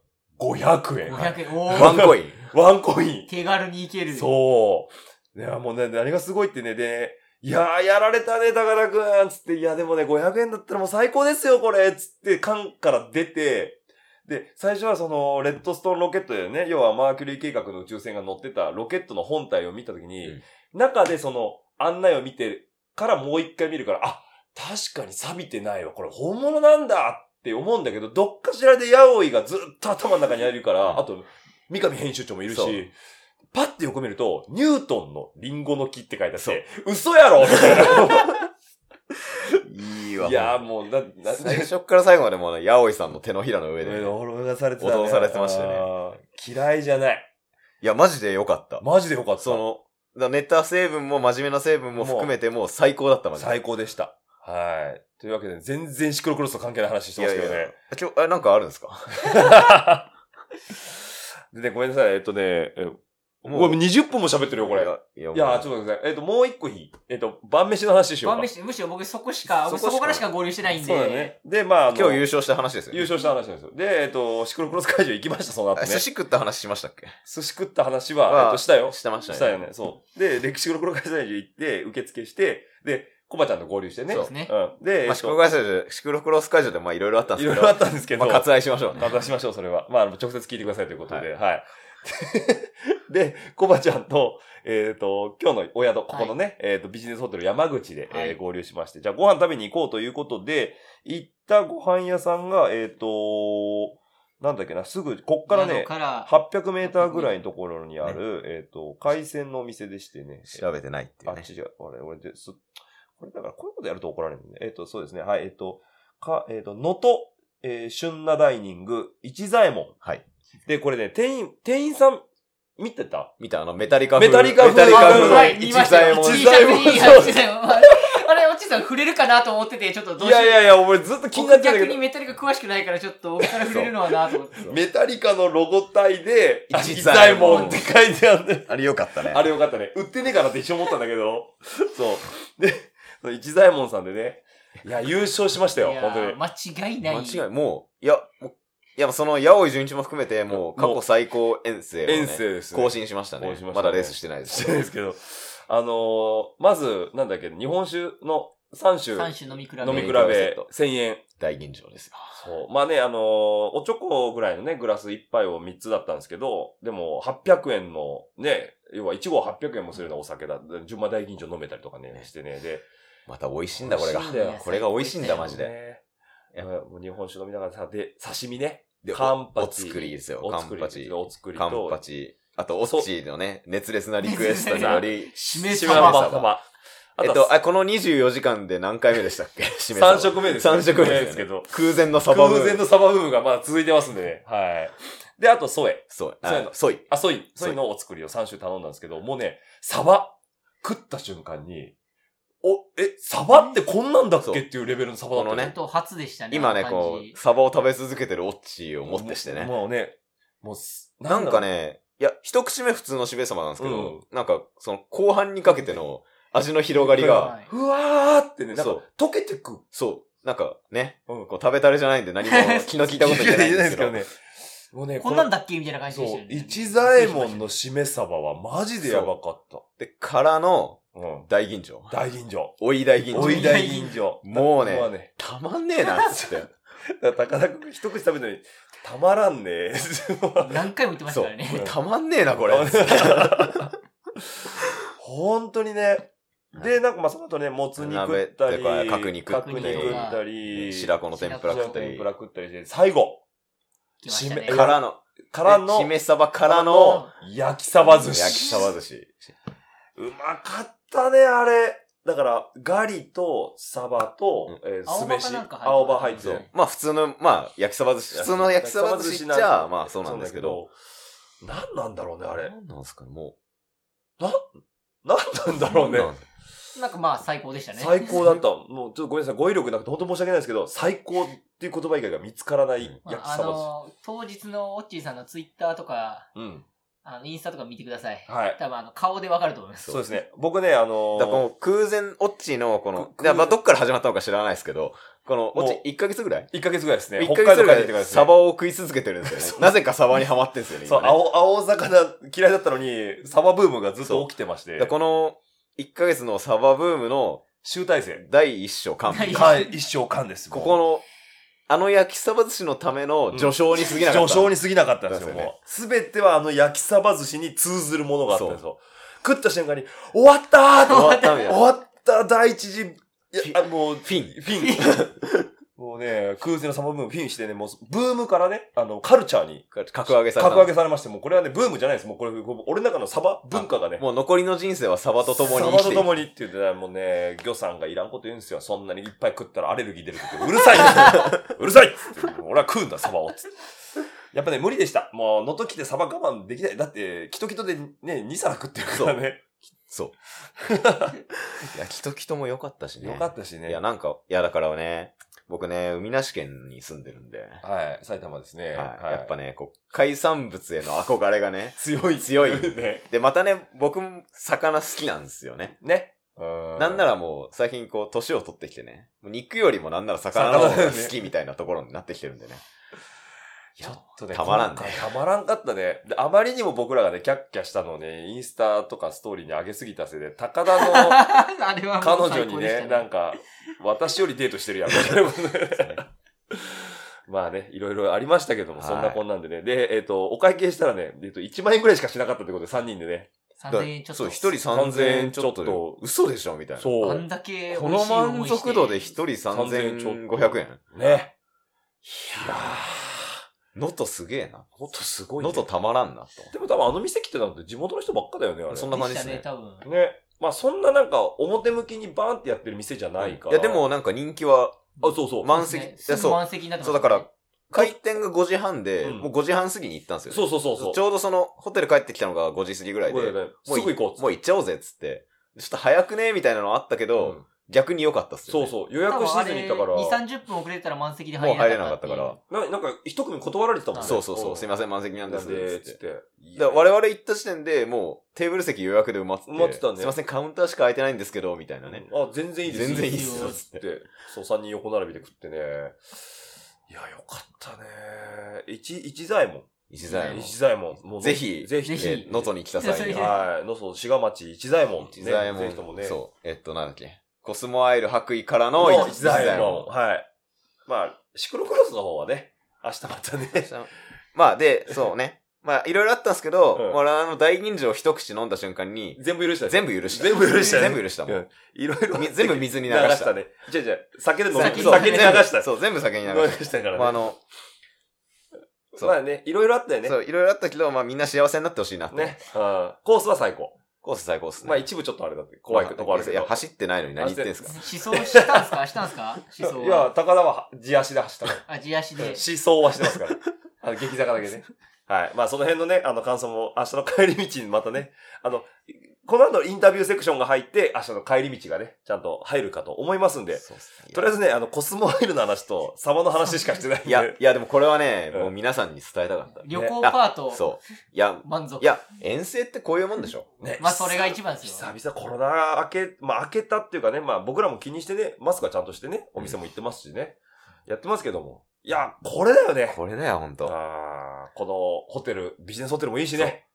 500円。 500円。おワンーコイン。ワンコイ手軽に行けン。る。そう。いや、もうね、何がすごいってね、で、いやー、やられたね、高田くんつって、いや、でもね、500円だったらもう最高ですよ、これつって、缶から出て、で、最初はその、レッドストーンロケットでね、要はマーキュリー計画の宇宙船が乗ってたロケットの本体を見たときに、うん中でその、案内を見てからもう一回見るから、あ、確かに錆びてないわ、これ本物なんだって思うんだけど、どっかしらでヤオイがずっと頭の中にあるから、あと、三上編集長もいるしそう、パッて横見ると、ニュートンのリンゴの木って書いてあって、嘘やろみたい いいなわ。いやー、もう、な、 な、最初から最後までもうね、八百井さんの手のひらの上で。い踊らされてた、踊らされてましたねあー。嫌いじゃない。や、マジでよかった。マジでよかった。その、だからネタ成分も真面目な成分も含めてもう最高だった、マジで。最高でした。はい。というわけで、全然シクロクロスと関係ない話してますけどね。いやいや。ちょ、 え、なんかあるんですかでね、ごめんなさい。えっとね、えももうう20分も喋ってるよ、これ。いや、いや、ちょっちょっと待ってください。えっと、もう一個日。えっと、晩飯の話しようか。晩飯むしろ僕そこしか、そこ僕しかそこからしか合流してないんで。そうだね。で、まあ、あのと今日優勝した話ですよね。優勝した話なんですよ。で、えっと、シクロクロス会場行きました、その後あね。寿司食った話しましたっけ寿司食った話は、はえっと、したよ。してましたね。したよね。そう。で、歴史黒黒会社に行って、受付して、で、コバちゃんと合流してね。そうですねうん。で、まあ、シクロクロス会場で、シクロクロス会場でまあいろいろあったんいですろけいど。ろあったんですけど、まあ、割愛しましょうね。割愛しましょう、それは。まあ、あの直接聞いてくださいということで、はい。 で、コバちゃんと、えっ、と、今日のお宿、ここのね、えっ、と、ビジネスホテル山口で、はえーい合流しまして、じゃあご飯食べに行こうということで、行ったご飯屋さんが、えっ、と、なんだっけな、すぐ、こっからね宿、から800メーターぐらいのところにある、えっ、と、海鮮のお店でしてね。調べてないっていあうっね。ちじゃ、俺、俺です、これだからこういうことやると怒られるんで、えっ、と、そうですね、はい、えっ、と、か、えっ、と、能登、えー、旬なダイニング、一左衛門。はい。で、これね、店員、店員さん、見てた見たあの、メタリカ風。メタリカ風メタリカ風はのい一見ました左衛よ。門。一一左左衛衛門門。そう一左衛門あれ、おちさん触れるかなと思ってて、ちょっとどうしよう。や、俺ずっと僕逆にど、メタリカ詳しくないから、ちょっと、僕から触れるのはなと思って。メタリカのロゴ体で、一一左左衛衛門門って書いてあるんだよあれよかったね。あれよかったね。売ってねえかなって一瞬思ったんだけど。 そう。で、その一左衛門さんでね、いや、優勝しましたよ、いや本当に。間違いない。間違い、もう、いや、もう、いや、その、八尾純一も含めて、もう、過去最高遠征をね遠征ですね更新しましたね更新しま。したまねだレースしてないでしすて。ないですけど。あのーまず、なんだっけ、日本酒の3種三種飲み比べ。飲み比飲みべ比べセット1000円。大吟醸ですよ。そう。まあね、あのーおちょこぐらいのね、グラス1杯を3つだったんですけど、でも800円のね、要は1合800円もするようなお酒だ。純米大吟醸飲めたりとかね、してね。で、また美味しいんだ、これが美味しいんだよ。これが美味しいんだ、マジで。ねいやもう日本酒飲みながらさ、で、刺身ね。でカンパおチ。作りですよ、おカ作ンりパチ。お作りカンと、パチ。あと、オッチーのね、熱烈なリクエストにより、しめしさめ鯖ま。鯖鯖。あえっとと、は、あ、この24時間で何回目でしたっ け締め3食目ですね。 3食目でですすけけど。ど。空前のサバ空ムーン前のサバブームがまだ続いてますんでね。はい。で、あと、ソエ。そう。そうやあのソイ。あ、ソイ、ソイのお作りを3種頼んだんですけど、もうね、サバ、食った瞬間に、お、え、サバってこんなんだっけっていうレベルのサバだったこのちょっねと初でしたね。今あね、のこ感じう、サバを食べ続けてるオッチーを持ってしてね。もうね、もうす、なんかだろう、ね、いや、一口目普通のしべ様なんですけうんど、なんか、その、後半にかけての味の広がりが、はいふわーってね、なんそう、か溶けてく。そう、なんかね、うんこう食べたれじゃないんで 何も気の利いたこと言えないんですけど。ね。もうね、こんなんだだっけみたいな感じでそしたうよ、ね。一左衛門の締めサバはマジでやばかった。で、からの、うん。大吟醸。大吟醸。おい大吟おい醸。大吟醸。もうねまあね。たまんねえな、つって。 だから高田君一口食べたのに、たまらんね。 何回も言ってましそたうから。ね。これたまんねえな、これ。 本当にね。で、なんかまあその後ね、もつに食ったり、鍋とか角煮食ったり角煮食ったり、白子の天ぷら食った天りぷ。ら食ったりして、最後、来ましたね締めか辛らの、からのえ、姫サバからの、焼きサバ寿焼司。きサバ寿司。うまかったね、あれ。だから、ガリとサバと、えー、青酢葉飯かなんか入って。た青葉入ってそたう。まあ普通の、まあ焼きそば寿司、普通の焼きそば寿司っちゃ、まあそうなんですけど。。そうなんだけど何なんだろうね、あれ。何なんですかね、も何なんだう。ろうね。なんなんかまあ最高でしたね。最高だった。もうちょっとごめんなさい、語彙力なくて本当申し訳ないですけど、最高っていう言葉以外が見つからない焼まきあ、あサバの、当日のオッチーさんのツイッターとか、寿司。うん。あの、インスタとか見てください。はい多分あの、顔でわかると思います。そうですね。僕ね、あのだからこの空前、オッチーのこのく、くだからまあどっから始まったのか知らないですけど、この、オッチもー1ヶ月ぐらい1ヶ月ぐらいですね。 ?1 北ヶ月海道ぐ帰っらてきてからいですねサバを食い続けてるんですよね。なぜかサバにハマってんですよね。そう、今ね青、青魚嫌いだったのに、サバブームがずっと起きてましだてから、この1ヶ月のサバブームの集大成。第一章完第備。一はい、一生間です。ここの、あの焼きそば寿司のための序章に過ぎなかった。序章に過ぎなかったんですよ、ですよねもう。すべてはあの焼きサバ寿司に通ずるものがあったんですよ。食った瞬間に、終わったーって終わったみたい終な。わった第一次、いや、あもう、フィン。フィン。 もうね、空前のサバブームフィンしてね、もうブームからね、あの、カルチャーに格上げされた。格上げされまして、もうこれはね、ブームじゃないです。もうこれ、俺の中のサバ文化がね、もう残りの人生はサバと共にサ生バきてといく。共にって言ってたら、もうね、魚さんがいらんこと言うんですよ。そんなにいっぱい食ったらアレルギー出るって。うるさい うるさいっつって俺は食うんだ、サバをっつって。やっぱね、無理でした。もう、のときでサバ我慢できない。だって、キトキトでね、2皿食ってるからね。そう。いや、きときとも良かったしね。よかったしね。いや、なんか、いや、だからね、僕ね、海なし県に住んでるんで、はい、埼玉ですね。はいはいやっぱね、こう、海産物への憧れがね、強い強い。 ね。で、またね、僕も魚好きなんですよね。ね。なんなら、らもう、最近こう、年を取ってきてね、もう肉よりもなんなら魚の方が好きみたいなところになってきてるんでね。ちょっとね、たまらんね今回たまらんかったね。であまりにも僕らがね、キャッキャしたのをね、インスタとかストーリーに上げすぎたせいで、高田の、あれは彼もう女最に高でしたね、なんか、私よりデートしてるやん。みたいなことねまあね、いろいろありましたけども、はいそんなこんなんでね。で、えっ、と、お会計したらね、えっ、と、1万円くらいしかしなかったってことで、3人でね。 3000円ちょっと。そう、一人3000円ちょっとでちょっと嘘でしょみたいな。そあんう。だけこの満足度で一一人3500円。ね。いやのとすげえな。ー、もっとすごい、ね。のとたまらんなと。でも多分あの店来てたのって地元の人ばっかだよね、あれ。そんな人感でじしでたすねね、。多分。ね。まあそんななんか表向きにバーンってやってる店じゃないから。や、でも、なんか人気は、あ、そうそう。満席、ねいやすぐそう、満席になってまそすうねだから、開店が5時半で、うんもう5時半過ぎに行ったんですよね、そうそうそうそう。ちょうどその、ホテル帰ってきたのが5時過ぎぐらいで、これねもうすぐ行こうっつってもう行っちゃおうぜっつって。ちょっと早くねみたいなのあったけど、うん逆に良かったっすよ、そうね。うそう。予約せずに行ったから。 2、30分遅れてたら満席でもう入入れれなかなかっったたから。ななんか一組断られてたもんね。そうそうそう、すいませせん、満席なんなでんす。で、つつっってて。。だから我々行った時点でもうテーブル席予約で埋まって埋まってたねすいません、カウンターしか空いてないんですけど、みたいなね。うんあ、全然いいです全然いいっすよつって。そう、三人横並びで食ってね。いや、よかったね。一、一左衛門。石材衛門一左衛門。もうぜひぜひ。ぜひえ能登に来た際にぜひは。はい。のそう、志賀町一左衛門。一左衛ねぜひとも門、ね。そう。えっと、なんだっけ。コスモアイル白衣からのの一一左衛門。門。はい。 まあ、シクロクロスの方はね、明日またね。まあ、で、そうね。まあ、いろいろあったんですけど、うん俺はあの、大吟醸一口飲んだ瞬間に、全部許したね全部許した。全部許したね全部許したもん。いろいろ。み全部水に流流した。したね。じゃあじゃあ酒で飲む。先酒にそうで流した。そう、全部酒に流飲しみましたかた。らまあ、あね。の、そうまあね、いろいろあったよね。そう、いろいろあったけど、まあ、みんな幸せになってほしいなって。ね。うんコースは最高。コース最高っすね。まあ一部ちょっとあれだって、怖いとこあるけいど。や、走ってないのに何言ってんすか思想したんすかしたんすか思想いや、高田は地足で走ったかあ、地足ら。で思。想はしてますから。あの、激坂だけね。はい。まあその辺のね、あの感想も明日の帰り道にまたね、あの、この後インタビューセクションが入って、明日の帰り道がね、ちゃんと入るかと思いますんで、そうっすねとりあえずね、あの、コスモアイルの話とサバの話しかしてないんで。いや、いや、でもこれはね、うんもう皆さんに伝えたかった。旅行パート、そう。いや、満足。いや、遠征ってこういうもんでしょ。ねまあそれが一番ですよ。久々コロナ明け、まあ明けたっていうかね、まあ僕らも気にしてね、マスクはちゃんとしてね、お店も行ってますしね、やってますけども。いや、これだよね。これだよ、ほんと。あーこのホテル、ビジネスホテルもいいしね。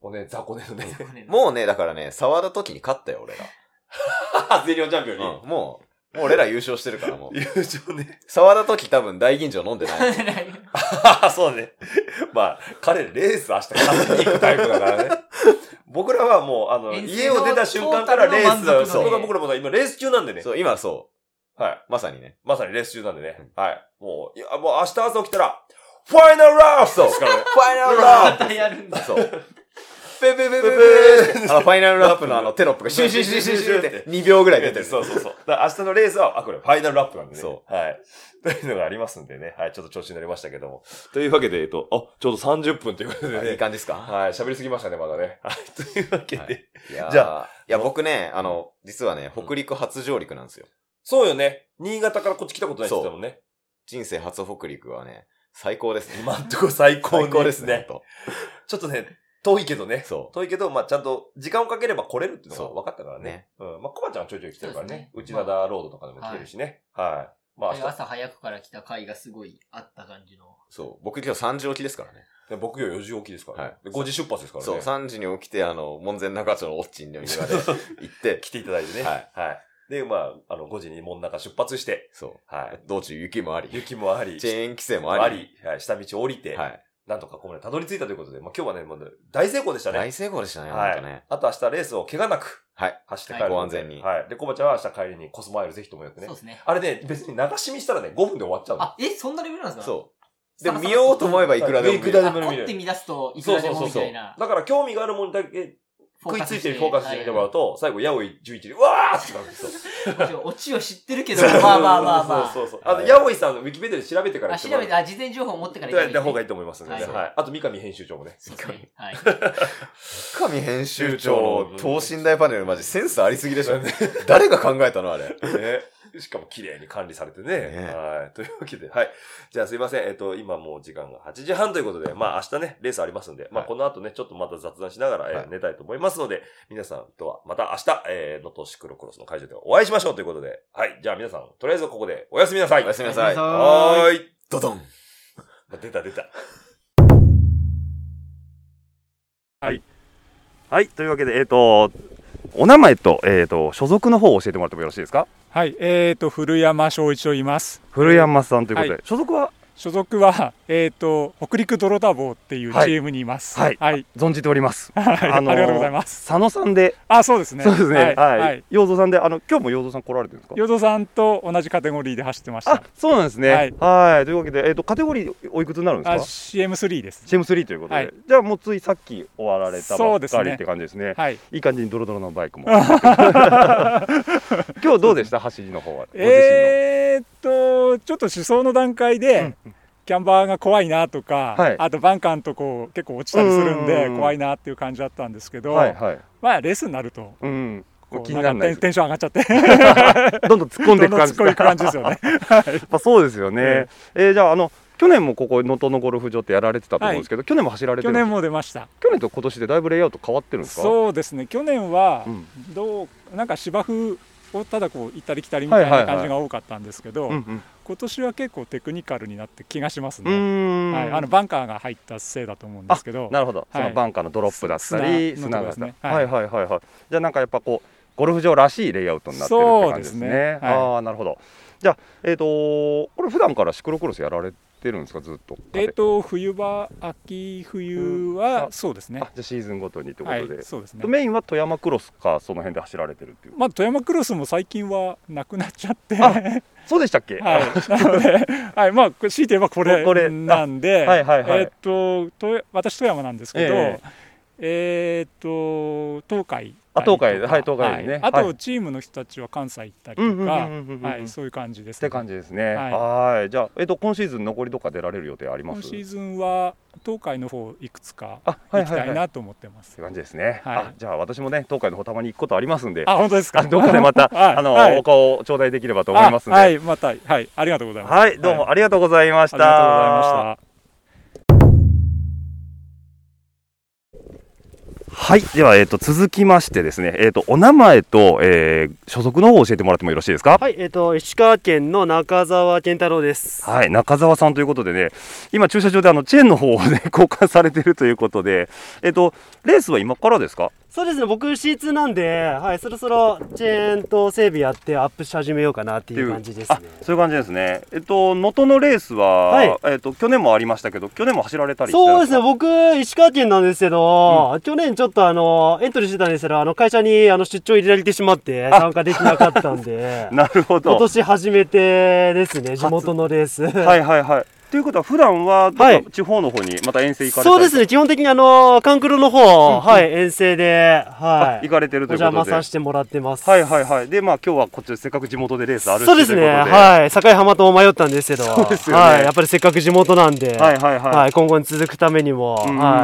もうね、雑魚ねのね。 もうね、だからね、触った時に勝ったよ、俺ら。全日本チャンピオンうんに。もう、もう俺ら優勝してるからもう。 優勝ね。沢田時多分大吟醸飲んでない。 ああ、 そうね。まあ、彼、レース明日勝ちに行くタイプだからね。僕らはもう、あの、遠征の家を出た瞬間からレーストータルの満足のねだ、そこが僕らも今、レース中なんでね。そう、今そはい。う。まさにね。まさにレース中なんでね。はい。もう、いや、もう明日朝起きたら、ファイナルラウンドそうですからね。ファイナルまラたやるんだ。ップそう。ペペペペペペあの、ファイナルラップのあのテロップ がシュンシュンシュンシュンシュンって2秒ぐらい出てる。そうそうそう。だから明日のレースは、あ、これ、ファイナルラップなんでね。。そうはい。というのがありますんでね。はい。ちょっと調子に乗りましたけども。というわけで、えっと、 あ、ちょうど30分ということでいいね。感じですかはい。喋りすぎましたね、ま だね。はい。というわけで。はいいやじじゃゃあ、いや、僕ね、あの、実はね、北陸初上陸なんですよ。そうよね。新潟からこっち来たことないって言ってたもんね。人生初北陸はね、最高ですね。今んとこ最高最高ですね。。ほんちょっとね、遠いけどねと。そ遠いけど、まあちゃんと時間をかければ来れるっていうのそうが分かったからね。ねうん。まあコバちゃんはちょいちょい来てるからね。そう内ですね灘ロードとかでも来てるしね。はい。まあ明日朝早くから来た回がすごいあった感じの。う。そう。僕今日3時起きですからね。で、僕より4時起きですからね。はいで5時出発ですからね。そう、3時に起きて、あの、門前仲町のオッチンの庭で行って、 来ていただいてね。はい。はい。で、まあ、あの、5時に門中出発して、そはうい。。道中雪もあり、雪もあり、チェーン規制ももああり、り、はい、下道降りて、はい。なんとかここまでたどり着いたということで、まあ今日はね、もう大成功でしたね。大成功でしたね、はいほんとね。あと明日レースを怪我なく、はい走って帰るので。ご安全にはい。で、コバちゃんは明日帰りにコスマイルぜひともやってねそう。ですね。あれね、別に流し見したらね、5分で終わっちゃうの。あ、え、そんなレベルなんですかそう。で、見ようと思えばいくらでも見いくられでる。あも見れる凝って見出すといくそうらでそうそもうみそうたいな。。だから興味があるものにだけ食いついてるフォーカスしてみてもらうう。と、最後、ヤオイ11で、うわーってなるん ですよ。はいオチを知ってるけど、まあまあまあまそうそうそう。あはいと、ヤオイさんのウィキペディアで調べてかあ。らあ、調べて、やあ、事前情報を持ってから行った方がいいいと思いますんでね。はいはい。あと、三上編集長もね。そうですね。はい。神編集長の等身大パネル、マジセンスありすぎでしょね。誰が考えたのあれ。しかも綺麗に管理されてね。ねはい。というわけで、はい。じゃあすいません。えっ、と、今もう時間が8時半ということで、まあ明日ね、レースありますんで、まあはいこの後ね、ちょっとまた雑談しながら、えーはい寝たいと思いますので、皆さんとはまた明日、えー、能登シクロクロスの会場でお会いしましょうということで、はい。じゃあ皆さん、とりあえずここでおやすみなさい。おやすみなさい。おやすみなさいはーい。ドドン。出た出た。はい、というわけで、えっ、と、お名前と、えっ、と、所属の方を教えてもらってもよろしいですか。はい、えー、と古山翔一と言います。古山さんということで、は所属は所属は、えー、と北陸泥田坊っていうチはいームにいます。はいはい、存じております。はいあのーありがとうございます。佐野さんで、あ、そうですね。そうですね、はい、ははいい、洋蔵さんで、あの、今日も洋蔵さん来られてるんですか。淀さんと同じカテゴリーで走ってましたあ。、そうなんですね。ははいい、というわけで、えっ、と、カテゴリーおいくつになるんですか。 CM3 です。チーム3ということで、はいじゃあもうついさっき終わられたばそうっですかねりって感じですねはい。いい感じにドロドロのバイク も 今日どうでした走りの方はご自身の、えー、とちょっと思想の段階で、キャンバーが怖いなとか、はいあとバンカーのとこ結構落ちたりするんうんうんでうん怖いなっていう感じだったんですけど、はいはいまあレースになるとうんここうう気にならないんかテンテンション上がっちゃって どんどん突っ込んでいく どんどん感突じっ込んでいく感じですよね。 まあ、そうですよね、えーじゃああの去年もここ能登のゴルフ場ってやられてたと思うんですけど、去年も走られて去るんです年も出ました。去年と今年でだいぶレイアウト変わってるんですかそうですね去年はうんどう、なんか芝生をただこう行ったり来たりみたいはいはないはい感じが多かったんですけど、うんうん今年は結構テクニカルになって気がしますうね、ーん、はい、あのバンカーが入ったせいだと思うんですけどなるほど、はいそのバンカーのドロップだったり砂砂のがとこですねははいいはいはいはいじゃあなんかやっぱこうゴルフ場らしいレイアウトになってるって感じですねそうですねはいああなるほどじゃあえっ、とこれ普段からシクロクロスやられてるんですかずっとえっ、と冬場秋冬うんはあそうですねあじゃあシーズンごとにってことはいで、そうですねメインは富山クロスかその辺で走られてるっていうまあ富山クロスも最近はなくなっちゃってあはいそう でしたっけ、なので、はい、まあ強いて言えばこれここれなんであはいはいはいえっ、とと私富山なんですけど、ええっと東海あ東海はい東海ねはいはいあとチームの人たちは関西行ったりうんうんうとんか、うんうんうんはい、そういう感じでっす、て感じですね。は、はいいじゃあ、えっと、今シーズン残りとか出られる予定ありま今す。シーズンは東海の方いくつかあ、は行いきはたい、はいい。っなと思ってますて。感じですね。はいあ、じゃあ、私もね、東海の方たまに行くことありますんで。あ、本当ですあか。どこでまた、 はいあの、はいお顔を頂戴できればと思いますんで。あは、はいい、また、はい、ありがとうございます。どうもありがとうございましあた。りがとうございました。はい、では、えっと、続きましてですね、えっと、お名前と、えー、所属の方を教えてもらってもよろしいですか。はい、えっ、と石川県の中澤健太郎です。はい、中澤さんということでね、今 駐車場であのチェーンの方をね交換されてるということで、えっとレースは今からですか？そうですね、僕 C2 なんで、はい、そろそろチェーンと整備やってアップし始めようかなっていう感じですねあ。そういう感じですねえっと能登のレースは、はいえっと去年もありましたけど去年も走られたりそうですね、ね、僕、石川県なんですけど、去年ちょっとあの、エントリーしてたんですけど、あの、会社にあの出張入れられてしまって、参加できなかった んでなるほ今ど年初めてですね、地元のレース。 はいはいはいということは普段ははなんいか地方の方にまた遠征行かれたりそうですね、基本的にあの、カンクロの方、はい、遠征で、あはい、行かれてるおという邪こと魔でさせてもらってます。はいはいはいでまあ今日はこっちでせっかく地元でレースあるしそうですとね、いうことはい、境浜と迷ったんですけど、そうですよねはい、やっぱりせっかく地元なんで、はいはいはいはい今後に続くためにも、うんは、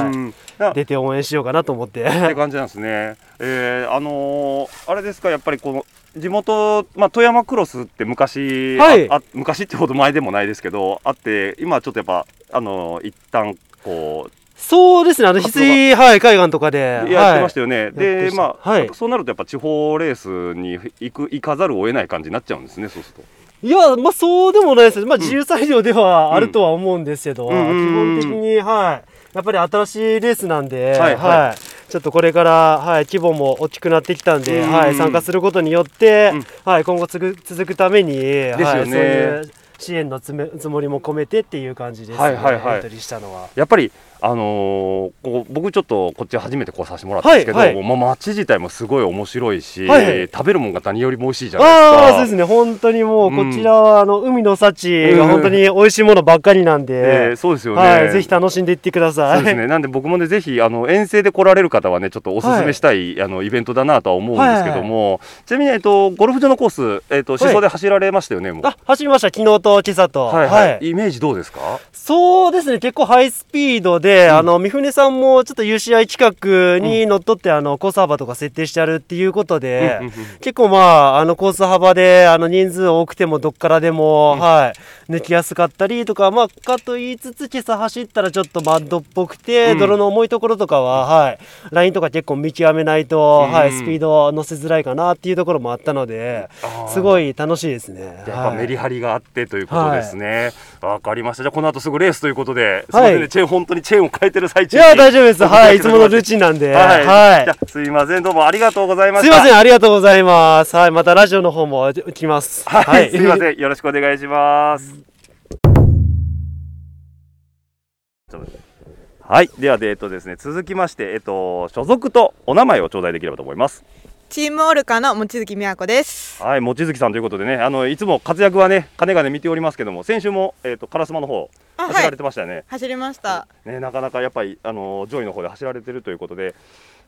ない出て応援しようかなと思って。って感じなんですね。えー、あのーあれですか、やっぱりこの地元、まあ、富山クロスって昔、はいああ昔ってほど前でもないですけど、あって、今ちょっとやっぱ、あのー一旦こう、そうですね、あの翡翠、はい、海岸とかで、やってはまいしたよね。やってまで、したまあ、はいそうなるとやっぱ地方レースに行く、行かざるを得ない感じになっちゃうんですね、そうすると。いや、まあ、そうでもないですよまあ、自由裁量ではあるとは思うんですけど、うんうん基本的に、はい、やっぱり新しいレースなんで、ははいい、はいちょっとこれから、はい、規模も大きくなってきたんで、うんうんはい、参加することによって、うんはい、今後つぐ続くために、ですよねはい、そういう支援のつめつもりも込めてっていう感じです、ね、はいはいはいエントリーしたのは。やっぱり、あのーこう僕ちょっとこっち初めてこうさせてもらったんですけど、はいはいもう街自体もすごい面白いし、はいはい食べるもんが何よりも美味しいじゃないですか。ああ、そうですね。本当にもう、こちらは、あの、海の幸が本当に美味しいものばっかりなんえでー、そうですよね。はい、ぜひ楽しんでいってください。そうですね。なんで僕もね、ぜひ、あの、遠征で来られる方はね、ちょっとおすすめしたい、あの、イベントだなとは思うんですけども、ちなみに、えっと、ゴルフ場のコース、えっと、思想で走られましたよね、もう。あ、走りました。昨日と今朝と。はいはい、イメージどうですかそうですね。結構ハイスピードで、あの、三船さんもちょっと UCI 企画にのっとって、あの、コース幅とか設定してあるっていうことで、うんうん結構まあ、あの、コース幅で、あの、人数多くてもどっからでも、はい、抜きやすかったりとか、まあ、かと言いつつ、今朝走ったらちょっとマッドっぽくて、うん泥の重いところとかは、はい、ラインとか結構見極めないと、うんはい、スピード乗せづらいかなっていうところもあったので、すごい楽しいですね。やっぱはいメリハリがあってということですね。わ、かりました。じゃあ、この後すぐレースということで、すいませんね、はいチェーン、本当にチェーンを変えてる最い中に。 や、大丈夫です。はい。いつものルーチチンなんで。はい。はじゃあすいません、どうもありがとうございまい。しすいた。ません。ありがとうございます。はい。またラジオの方も来ます。はい、すいまん。せん、よろしくお願いします。はい、では、えっとですね、続きまして、えっと、所属とお名前を頂戴できればと思います。チームオルカの望月美和子です。はい、望月さんということでね、あの、いつも活躍はね、金がね、見ておりますけども、先週も、えっと、烏丸の方、あ走られてましたよね。走りました。ね、なかなかやっぱり、あの、上位の方で走られてるということで。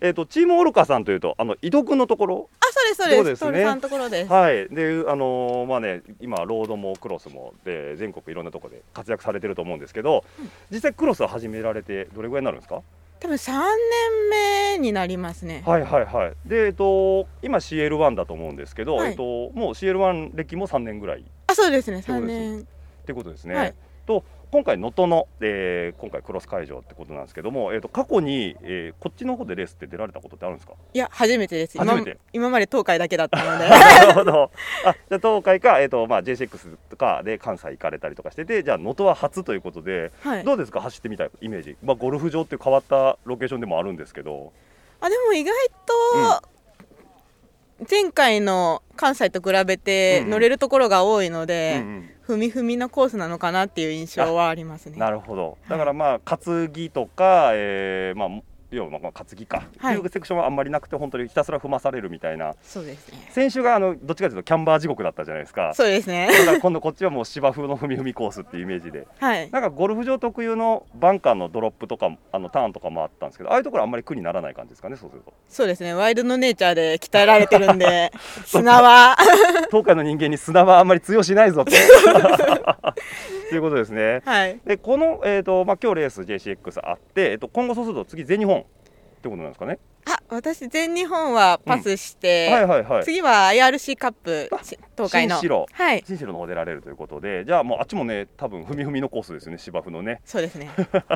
えっと、チームオルカさんというと、あの、井戸くんのところ、あ、そうですそうです。そうですね徹さんのところです。はい、で、あのーまあね、今ロードもクロスも、で、全国いろんなところで活躍されてると思うんですけど。実際クロスを始められて、どれぐらいになるんですか。多分三年目になりますね。はいはいはい、で、えっと、今 C. L. 1だと思うんですけど、はいえっと、もう C. L. 1歴も3年ぐらいっあ、そうですね。そう三です年。てことですね。はいと、今回能登の、えー今回クロス会場ってことなんですけども、えっと、過去に、えーこっちの方でレースって出られたことってあ るんですか。いや、初めてです。今初めて今まで東海だけだった ので。 なるほど。あ、じゃあ東海か、えっ、と、まあ、J6 とかで関西行かれたりとかしてて、じゃあ能登は初ということで、はい。どうですか走ってみたいイメージ、まあ、ゴルフ場っていう変わったロケーションでもあるんですけど、あ、でも意外と、前回の関西と比べてうんうん乗れるところが多いのうんで、踏み踏みのコースなのかなっていう印象はありますうね。んなるほどだからまあ担ぎとか、えーまあ要はまあ担ぎか、はいっていうセクションはあんまりなくて本当にひたすら踏まされるみたいなそうですね。先週があのどっちかというとキャンバー地獄だったじゃないですかそうですね。だから今度こっちはもう芝生の踏み踏みコースっていうイメージで はい。なんかゴルフ場特有のバンカーのドロップとかもあのターンとかもあったんですけどああいうところあんまり苦にならない感じですかねそうするとそうですね。ワイルドネイチャーで鍛えられてるん で、 砂は。東海の人間に砂はあんまり通用しな いぞとということですねはい。でこの、えーとまあ、今日レース JCX あって、えー、と今後そうすると次全日本ってことなんですかね、あ、私全日本はパスして、はいはいはい次は IRC カップし東海の新城はい、新城の方出られるということでじゃあもうあっちもね多分踏み踏みのコースですよね芝生のねそうですね。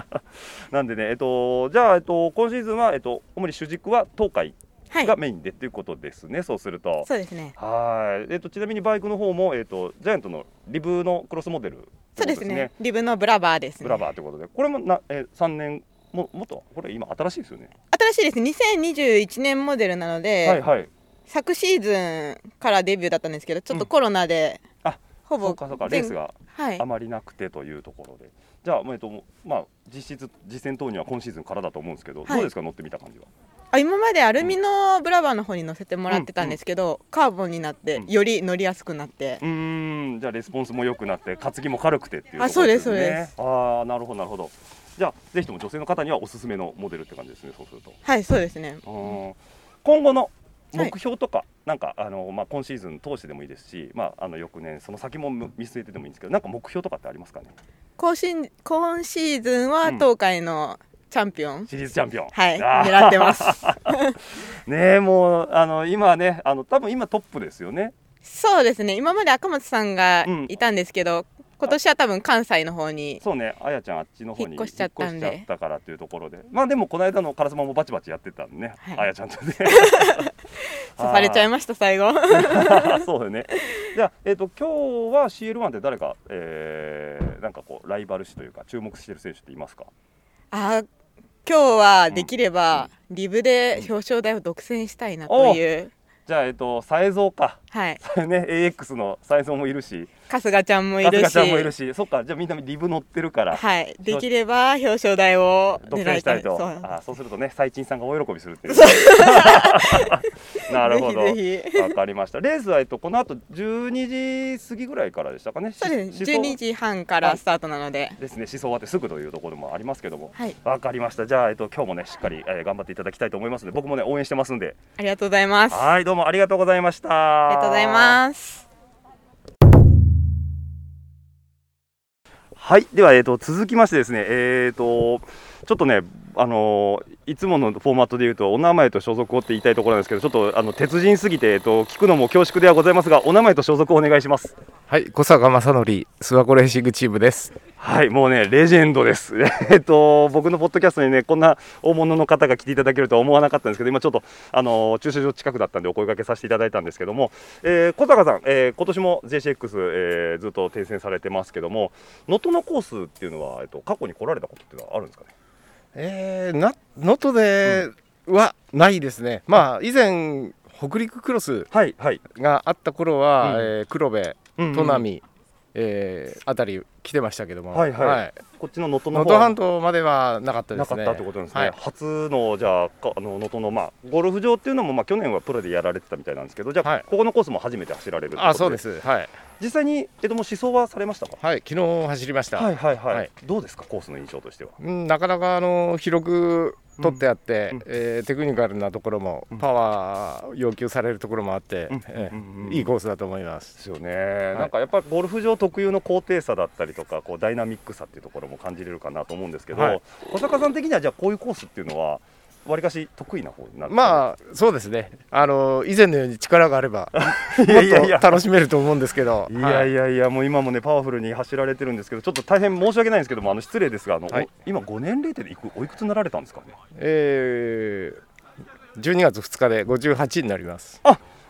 なんでねえっ、とじゃあ、えっと今シーズンは、えっと主に主軸は東海はいが、メインでっていうことですね、そうするとそうですね。はい、えっとちなみにバイクの方も、えっとジャイアントのリブのクロスモデルっそてこうとですね。リブのブラバーですね。ブラバーということでこれもな、えー、3年ももっとこれ今新しいですよね新しいです2021年モデルなので、はいはい昨シーズンからデビューだったんですけどちょっとコロナで、ほぼそうかそうかレースがはいあまりなくてというところで、じゃあ、えっとまあ、実質実戦投入は今シーズンからだと思うんですけど、いどうですか乗ってみた感じはあ今までアルミのブラバーの方に乗せてもらってたんですけど、カーボンになってより乗りやすくなって、うーんじゃあレスポンスも良くなって担ぎも軽くてっていうところあそうですよねそうですああなるほどなるほどじゃあぜひとも女性の方にはおすすめのモデルって感じですねそうするとはいそうですねうん今後の目標とか、なんかあの、まあ、今シーズン通してでもいいですし、まあ、あの翌年その先も見据えてでもいいんですけどなんか目標とかってありますかね更新今シーズンは東海のチャンピオン、シリーズチャンピオンはいあー狙って ますねえもうあの今ねあの多分今トップですよねそうですね今まで赤松さんがいたんですけど、今年は多分関西の方にそうねあやちゃんあっちの方に引っ越しちゃったんで引っ越しちゃったからっていうところでまあでもこの間のカラスマもバチバチやってたんでね、あやちゃんと ね刺されちゃいました最後あー そうよねじゃあ、えっと今日は CL1 で誰か、えー、なんかこうライバル視というか注目してる選手っていますかあー今日はできれば、リブで表彰台を独占したいな おとういう、じゃあえっ、とサエゾウかはい、 ね AX のサエゾウもいるし春日ちゃんもい春る日しちゃんもいるしそっかじゃあみんなリブ乗ってるからはい、できれば表彰台を独狙占いしたたいいとそそううあーそうするとね最賃さんが大喜びするっていう なるほどぜひぜひわかりましたレースは、えっと、この後12時過ぎぐらいからでしたかねそうですねし12時半からスタートなので、ですね、思想終わってすぐというところもありますけども、はいわ、かりました。じゃあ、えっと、今日もね、しっかり、えー頑張っていただきたいと思いますので、僕もね、応援してますんで。ありがとうございますあはい、どうもありがとうございました。ありがとうございますはい、では、えー、と続きましてですね、えー、とちょっとね、あのーいつものフォーマットで言うと、お名前と所属をって言いたいところなんですけど、ちょっとあの鉄人すぎて、えーと、聞くのも恐縮ではございますが、お名前と所属をお願いします。はい、小坂正則、諏訪湖レーシングチームです。はい、もうね、レジェンドです。 えっと、僕のポッドキャストにね、こんな大物の方が来ていただけるとは思わなかったんですけど、今ちょっと、あのー駐車場近くだったんで、お声掛けさせていただいたんですけども、えー小坂さん、えー今年も JCX、えーずっと転戦されてますけども、能登のコースっていうのは、えっと、過去に来られたことっていうのはあるんですかね。えー、な、能登ではないですね。まあ、以前、北陸クロスがあった頃は、うんえー黒部、うんうん砺波、えーあたり来てましたけども、はいはいこっちの能登の能方登半島まではなかったでなすかっね。たってことなんですね、はい初のじゃあ、かあの能登の、まあ、ゴルフ場っていうのも、まあ、去年はプロでやられてたみたいなんですけど、じゃあ、ここのコースも初めて走られるってことあ、そうです。はい。実際に、えっと、もう思想はされましたかはい、昨日走りました。はいはいはい、どうですか、コースの印象としては。うん、なかなかあの広く取ってあって、えーテクニカルなところも、パワー要求されるところもあって、えーいいコースだと思います。ですよね、なんかやっぱりゴルフ場特有の高低差だったりとか、こうダイナミックさっていうところも感じれるかなと思うんですけど、はい小坂さん的には、じゃあ、こういうコースっていうのは、わりかし得意な方になるまあそうですね。あの以前のように力があれ ばもっいやいやいやと楽しめると思うんですけど、いやいや、やいや、もう今もね、パワフルに走られてるんですけど、ちょっと大変申し訳ないんですけども、あの失礼ですが、あの、はいお今、5年齢でいくおいくつになられたんですかね。えー、12月2日で58になります。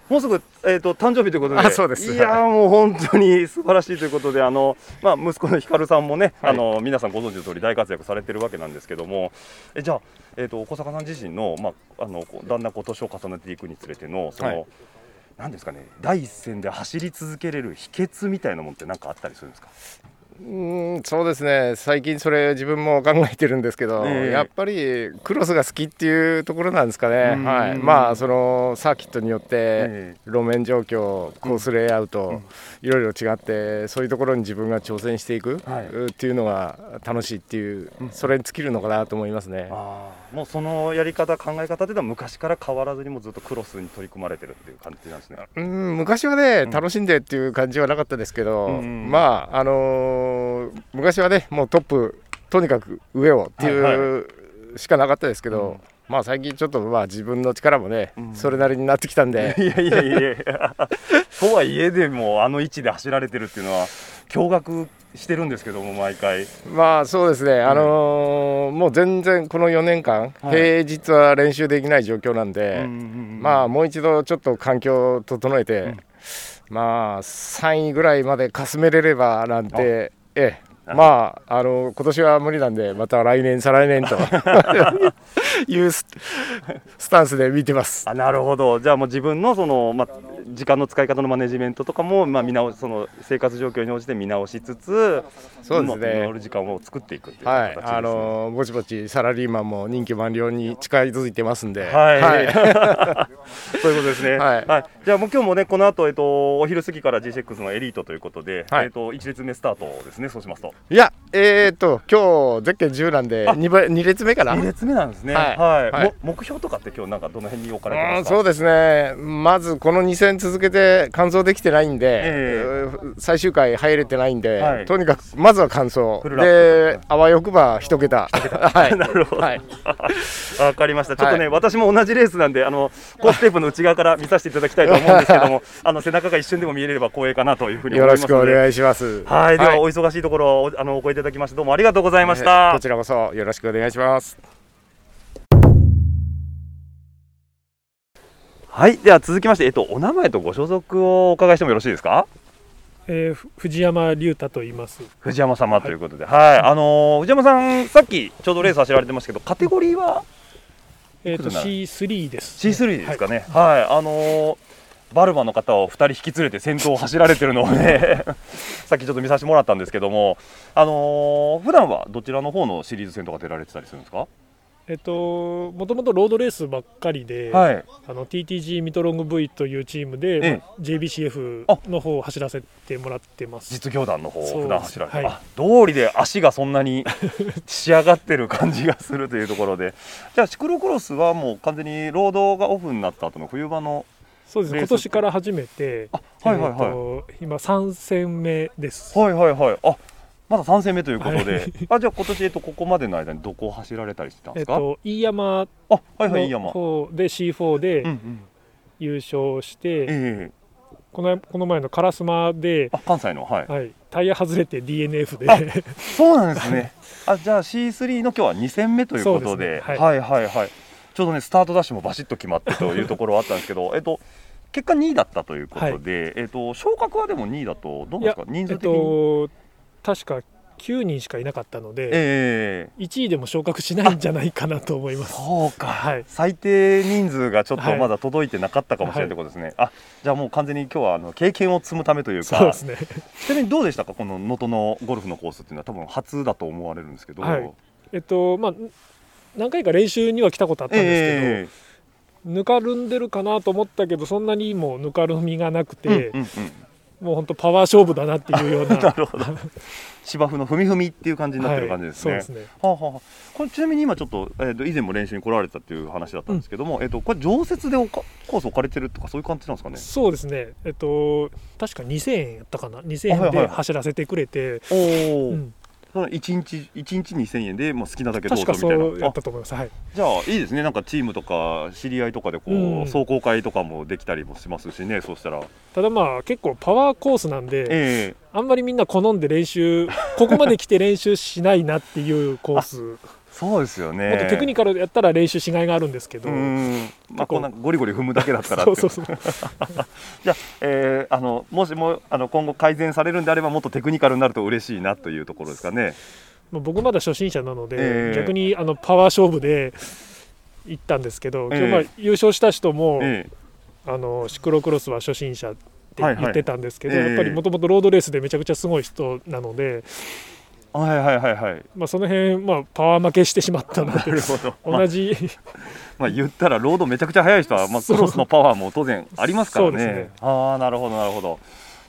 もうすぐ、えー、と誕生日ということで、あそうですいやーもう本当に素晴らしいということで、あ のまあ、息子の光さんもね、あの皆さんご存知の通り、大活躍されてるわけなんですけども、えじゃあ、えーと、小坂さん自身の,、まあ、あのこうだんだんこう年を重ねていくにつれての、その、はいなんですかね、第一線で走り続けれる秘訣みたいなもんって、なんかあったりするんですかうーんそうですね最近それ自分も考えてるんですけど、ええやっぱりクロスが好きっていうところなんですかねう、んはい、まあそのサーキットによってえ路面状況コースレイアウトいろいろ違ってそういうところに自分が挑戦していくはいうっていうのが楽しいっていうそれに尽きるのかなと思いますね。もうそのやり方、考え方っていうのは、昔から変わらずに、もうずっとクロスに取り組まれてるっていう感じなんですね。うん昔はね、楽しんでっていう感じはなかったですけど、うんまああのー昔はねもうトップとにかく上をってはいいうしかなかったですけど、まあ最近ちょっとまあ自分の力もね、それなりになってきたんでいやいやいやいやとはいえでもあの位置で走られてるっていうのは驚愕してるんですけども毎回まあそうですね、あのーもう全然この4年間、はい平日は練習できない状況なんで、うんうんうんまあもう一度ちょっと環境を整えて、まあ3位ぐらいまでかすめれればなんて、ええまああの今年は無理なんでまた来年再来 年というススタンスで見てますあなるほどじゃあもう自分のその、まあ、時間の使い方のマネジメントとかも、まあ、見直しその生活状況に応じて見直しつつそうですね見直る時間を作っていくっていう形はでいすね、あのぼちぼちサラリーマンも任期満了に近づいてますんではい、は そういうことですね。ははいい、じゃあもう今日もねこの後えっとお昼過ぎから G6 のエリートということで、はいえっと一列目スタートですね。そうしますと。い、いやえっ、と今日ゼッケン10なんで2倍二列目かな二列目なんですね。ははいい。はいも目標とかって今日なんかどの辺に置かれてうまんすか。そうですね、まずこの2戦続けて完走できてないんで、えー最終回入れてないんで、はいとにかくまずは完走フ、ルラッで、あわよくば1桁、 はい、なるほど、はい、わかりました。ちょっとはね、い私も同じレースなんで、あのコーステープの内側から見させていただきたいと思うんですけど も、あの背中が一瞬でも見えれば光栄かなというふうによ思いまろすしのくで。お願いします。はい、ではお忙しいところおあのお声いただきましてどうもありがとうございました。えーこちらこそよろしくお願いします。はい、では続きましてえっとお名前とご所属をお伺いしてもよろしいですか。えーふ藤山龍太と言います。藤山様ということで、はい、あのー藤山さん、さっきちょうどレース走られてましたけど、カテゴリーはえっ、といくつな C3 です。 C3 ですかね、はい、あのーバルバの方を2人引き連れて先頭を走られてるのをね、 さっきちょっと見させてもらったんですけども、あのー普段はどちらの方のシリーズ戦とか出られてたりするんですかえっ、ともともとロードレースばっかりで、はいあの TTG ミトロング V というチームで、ええまあ JBCF の方を走らせてもらってます。実業団の方そう普段走られて、はいあ道理で足がそんなに 仕上がってる感じがするというところで、じゃあシクロクロスはもう完全にロードがオフになった後の冬場のそうですね。レー今ス年から始めて、はいはいはいえーと今3戦目です。はいはいはい。あ、まだ3戦目ということで、はいあじゃあ今年えっとここまでの間にどこを走られたりしてたんえでっすか。と飯山はいはい飯山の方で C4 で優勝して、このこの前の烏丸で関西のはい、タイヤ外れて DNF でそうなんです ね。あじゃあ C3 の今日は2戦目ということそうでで、すねははいい、はいはいちょうどねスタートダッシュもバシッと決まってというところはあったんです けど、えっと。結果2位だったということで、えっと昇格はでも2位だとどうなんですか人数的に、えっと、確か9人しかいなかったので、え1位でも昇格しないんじゃないかなと思います。そうか、はい、最低人数がちょっとはいまだ届いてなかったかもしれないということですね、あじゃあもう完全に今日はあの経験を積むためというかそうですね ちなみにどうでしたかこの能登のゴルフのコースっていうのは多分初だと思われるんですけど、はいえっとまあ、何回か練習には来たことあったんですけど、えぬかるんでるかなと思ったけどそんなにもうぬかるみがなくて、うんうんもう本当パワー勝負だなっていうよう な芝生の踏み踏みっていう感じになってる感じですね。はいそうですねはあはあはあこれちなみに今ちょっと,、えーと以前も練習に来られたっていう話だったんですけども、えー、とこれ常設でおかコース置かれてるとかそういう感じなんですかね。そうですねえっと確か2000円やったかな2000あは円いはでい走らせてくれて、おお、うんその一日一日二千円でもう好きなだけどう確ぞかみたいな。そうやったと思いますはいじゃあいいですねなんかチームとか知り合いとかでこう、うん壮行会とかもできたりもしますしねそうしたらただまあ結構パワーコースなんで、ええあんまりみんな好んで練習ここまで来て練習しないなっていうコースそうですよねもっとテクニカルやったら練習しがいがあるんですけど、うんま結構あこうなんかゴリゴリ踏むだけだったら そうそうそう じゃあ,、えーあのもしもあの今後改善されるんであればもっとテクニカルになると嬉しいなというところですかねまあ僕まだ初心者なので、ええ逆にあのパワー勝負で行ったんですけど、ええ今日まあ優勝した人も、えあのシクロクロスは初心者ってはいはい言ってたんですけど、ええやっぱりもともとロードレースでめちゃくちゃすごい人なので、はいはいはいはいまあ、その辺、まあ、パワー負けしてしまったななってるほど同じ、 まあ言ったらロードめちゃくちゃ速い人は、まあ、そクうロスのパワーも当然ありますからそうね。ですねああなるほどなるほど。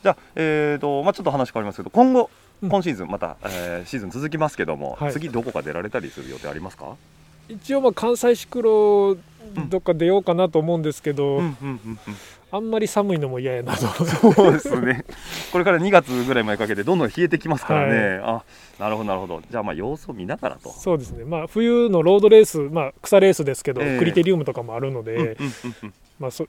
じゃあえー、とまあちょっと話変わりますけど今後今シーズンまた、えーシーズン続きますけども、はい次どこか出られたりする予定ありますか？一応まあ関西シクロどっか出ようかなと思うんですけど、あんまり寒いのも嫌やなとそうですね。 これから2月ぐらいまでかけてどんどん冷えてきますからね。あなるほどなるほど。じゃあまあ様子を見ながらと。そうですね、まあ、冬のロードレース、まあ、草レースですけど、ええクリテリウムとかもあるので、まあ、そ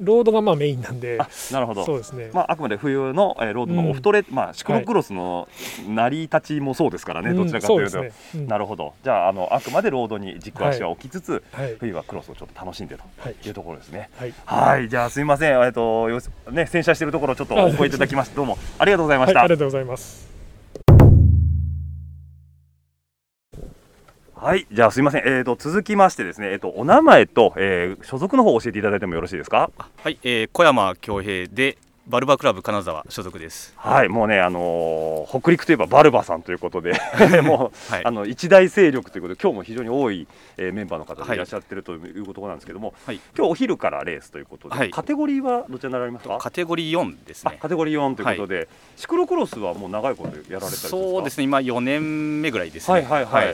ロードがまあメインなんで、なるほど。そうですね、まああくまで冬の、えーロードのオフトレ、まあシクロクロスの成り立ちもそうですからね。うんどちらかというと、そうですねうんなるほど。じゃああのあくまでロードに軸足は置きつつ、はいはい冬はクロスをちょっと楽しんでというところですね。はい、はい、じゃあすみません、えっと、よしね、洗車してるところ、ちょっとお声いただきまして、どうもありがとうございました。はいありがとうございます。はい、じゃあすいません。えっ、と続きましてですね、えっ、とお名前と、えー所属の方を教えていただいてもよろしいですか。はい、えー小山恭平でバルバクラブ金沢所属です。はい、もうね、あのー北陸といえばバルバさんということ で、もう、あの一大勢力ということで、今日も非常に多い、えーメンバーの方がいらっしゃってるということなんですけども、今日お昼からレースということで、はいカテゴリーはどちらになられますかカテゴリー4ですね。カテゴリー4ということで、シクロクロスはもう長いことやられたりするんですかそうですね、今4年目ぐらいですね。はいはいはい、や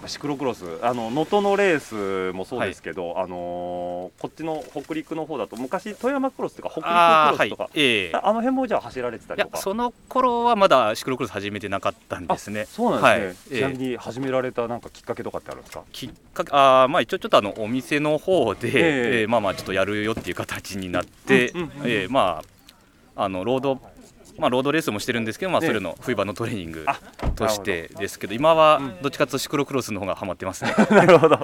っぱシクロクロス、あの能登のレースもそうですけど、あのーこっちの北陸の方だと、昔、富山クロスとか、北陸あクーはロスいとか、、ええあの辺もじゃあ走られてたいりやとか、その頃はまだシクロクロス始めてなかったんですね。そうなんですね、はいええちなみに始められたなんかきっかけとかってあるんですかきっかけあーまあ一応ちょっとあのお店の方で、えええーまあまあちょっとやるよっていう形になって、うんうんうんえーまああのロードまあロードレースもしてるんですけど、まあええそれの冬場のトレーニングとしてですけど、なる今はどっちかというとシクロクロスの方がハマってますね。なるほど、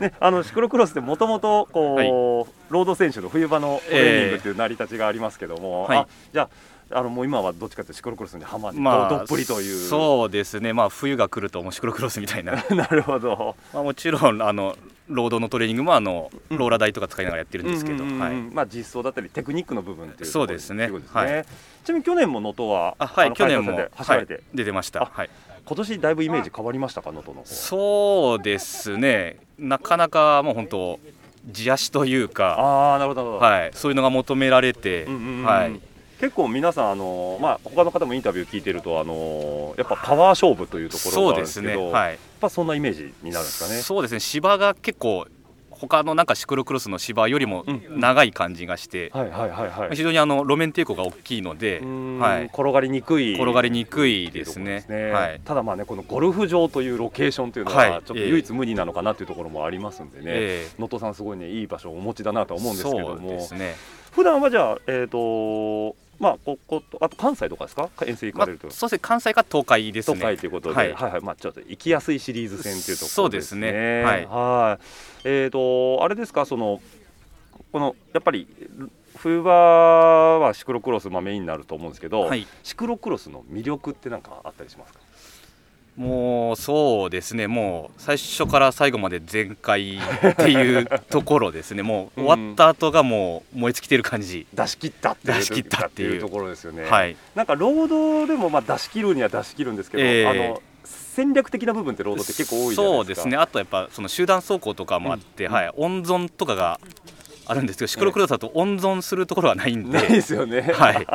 ね、 あのシクロクロスってもともとこう、はいロード選手の冬場のトレーニングっていう成り立ちがありますけども、はいあじゃああのもう今はどっちかというとシクロクロスにハマって、まあどっぷりというそうですね。まあ冬が来るともうシクロクロスみたいな。 なるほど。まあもちろんあのロードのトレーニングもあのローラー台とか使いながらやってるんですけど、うんうんうんはい。まあ、実装だったりテクニックの部分っていうそうですね。ところですね、ちなみに去年も能登はあはい、の去年も、開催されはて走られて、い、出てました、はい、今年だいぶイメージ変わりましたか能登の方そうですね、なかなかもう本当、地足というか、あーなるほどなるほどはい、そういうのが求められて、うんはい、結構皆さんあの、まあ、他の方もインタビュー聞いてるとあのやっぱパワー勝負というところがあるんですけどそうですねはいやっぱそんなイメージになるんですかねそうですね、芝が結構、他のなんかシクロクロスの芝よりも長い感じがして、はいはいはいはい非常にあの路面抵抗が大きいので、はい、転がりにくい転がりにくいですね。はいただまあねこのゴルフ場というロケーションというのはいはちょっと唯一無二なのかなというところもありますんでね能登、えさんすごいねいい場所をお持ちだなとは思うんですけどもそうですね普段はじゃあえっ、とまあこことあと関西とかですか遠征行かれると、そうですね関西か東海ですね東海ということで、は、はいいはいまあちょっと行きやすいシリーズ戦というとこそろうですねはいはいえっ、とあれですかそのこのやっぱり冬場はシクロクロスまあメインになると思うんですけど、はいシクロクロスの魅力ってなんかあったりしますかもうそうですね、もう最初から最後まで全開っていうとこ ろですね、もう終わった後がもう燃え尽きてる感じ、出し切ったっていう出し切ったっていうところですよねはい、なんか労働でもまあ出し切るには出し切るんですけど、ええあの戦略的な部分って労働って結構多いじゃないですかそうですね、あとやっぱその集団走行とかもあって、はい、温存とかがあるんですけど、シクロクロスだと温存するところはないんで、ないですよねはい、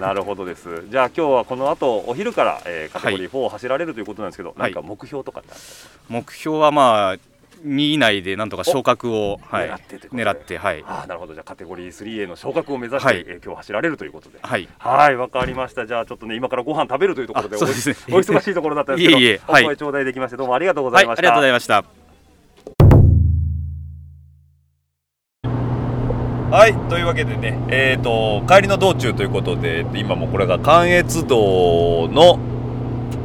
なるほどです。じゃあ今日はこの後お昼から、えーカテゴリー4を走られるということなんですけど、はい何か目標とかってあるんですか目標はまあ、2位以内でなんとか昇格を、はい、狙って狙って、はい、あーなるほどじゃあカテゴリー3への昇格を目指して、はいえー今日走られるということでははいはいわかりましたじゃあちょっとね今からご飯食べるというところであおそうですねお忙しいところだったんですけどいえいえはいお声頂戴できましてどうもありがとうござはいい、あまりしがた、とうございました。はい、というわけでね、えー、と帰りの道中ということで、えっと今もうこれが関越道の、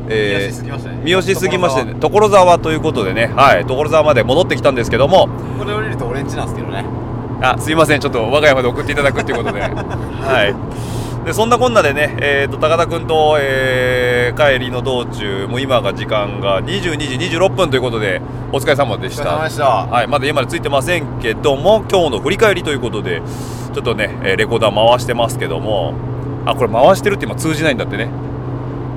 えー三好過ぎましてね所沢ということでね、はい、所沢まで戻ってきたんですけども これ降りるとオレンジなんですけどね。あすいませんちょっと我が家まで送っていただくということ ではいでそんなこんなでね、えー、と高田君と、えー帰りの道中もう今が時間が22時26分ということでお疲れ様でしたお疲れ様でしたはい、まだ家までついてませんけども今日の振り返りということでちょっとね、えーレコーダー回してますけどもあこれ回してるって今通じないんだってね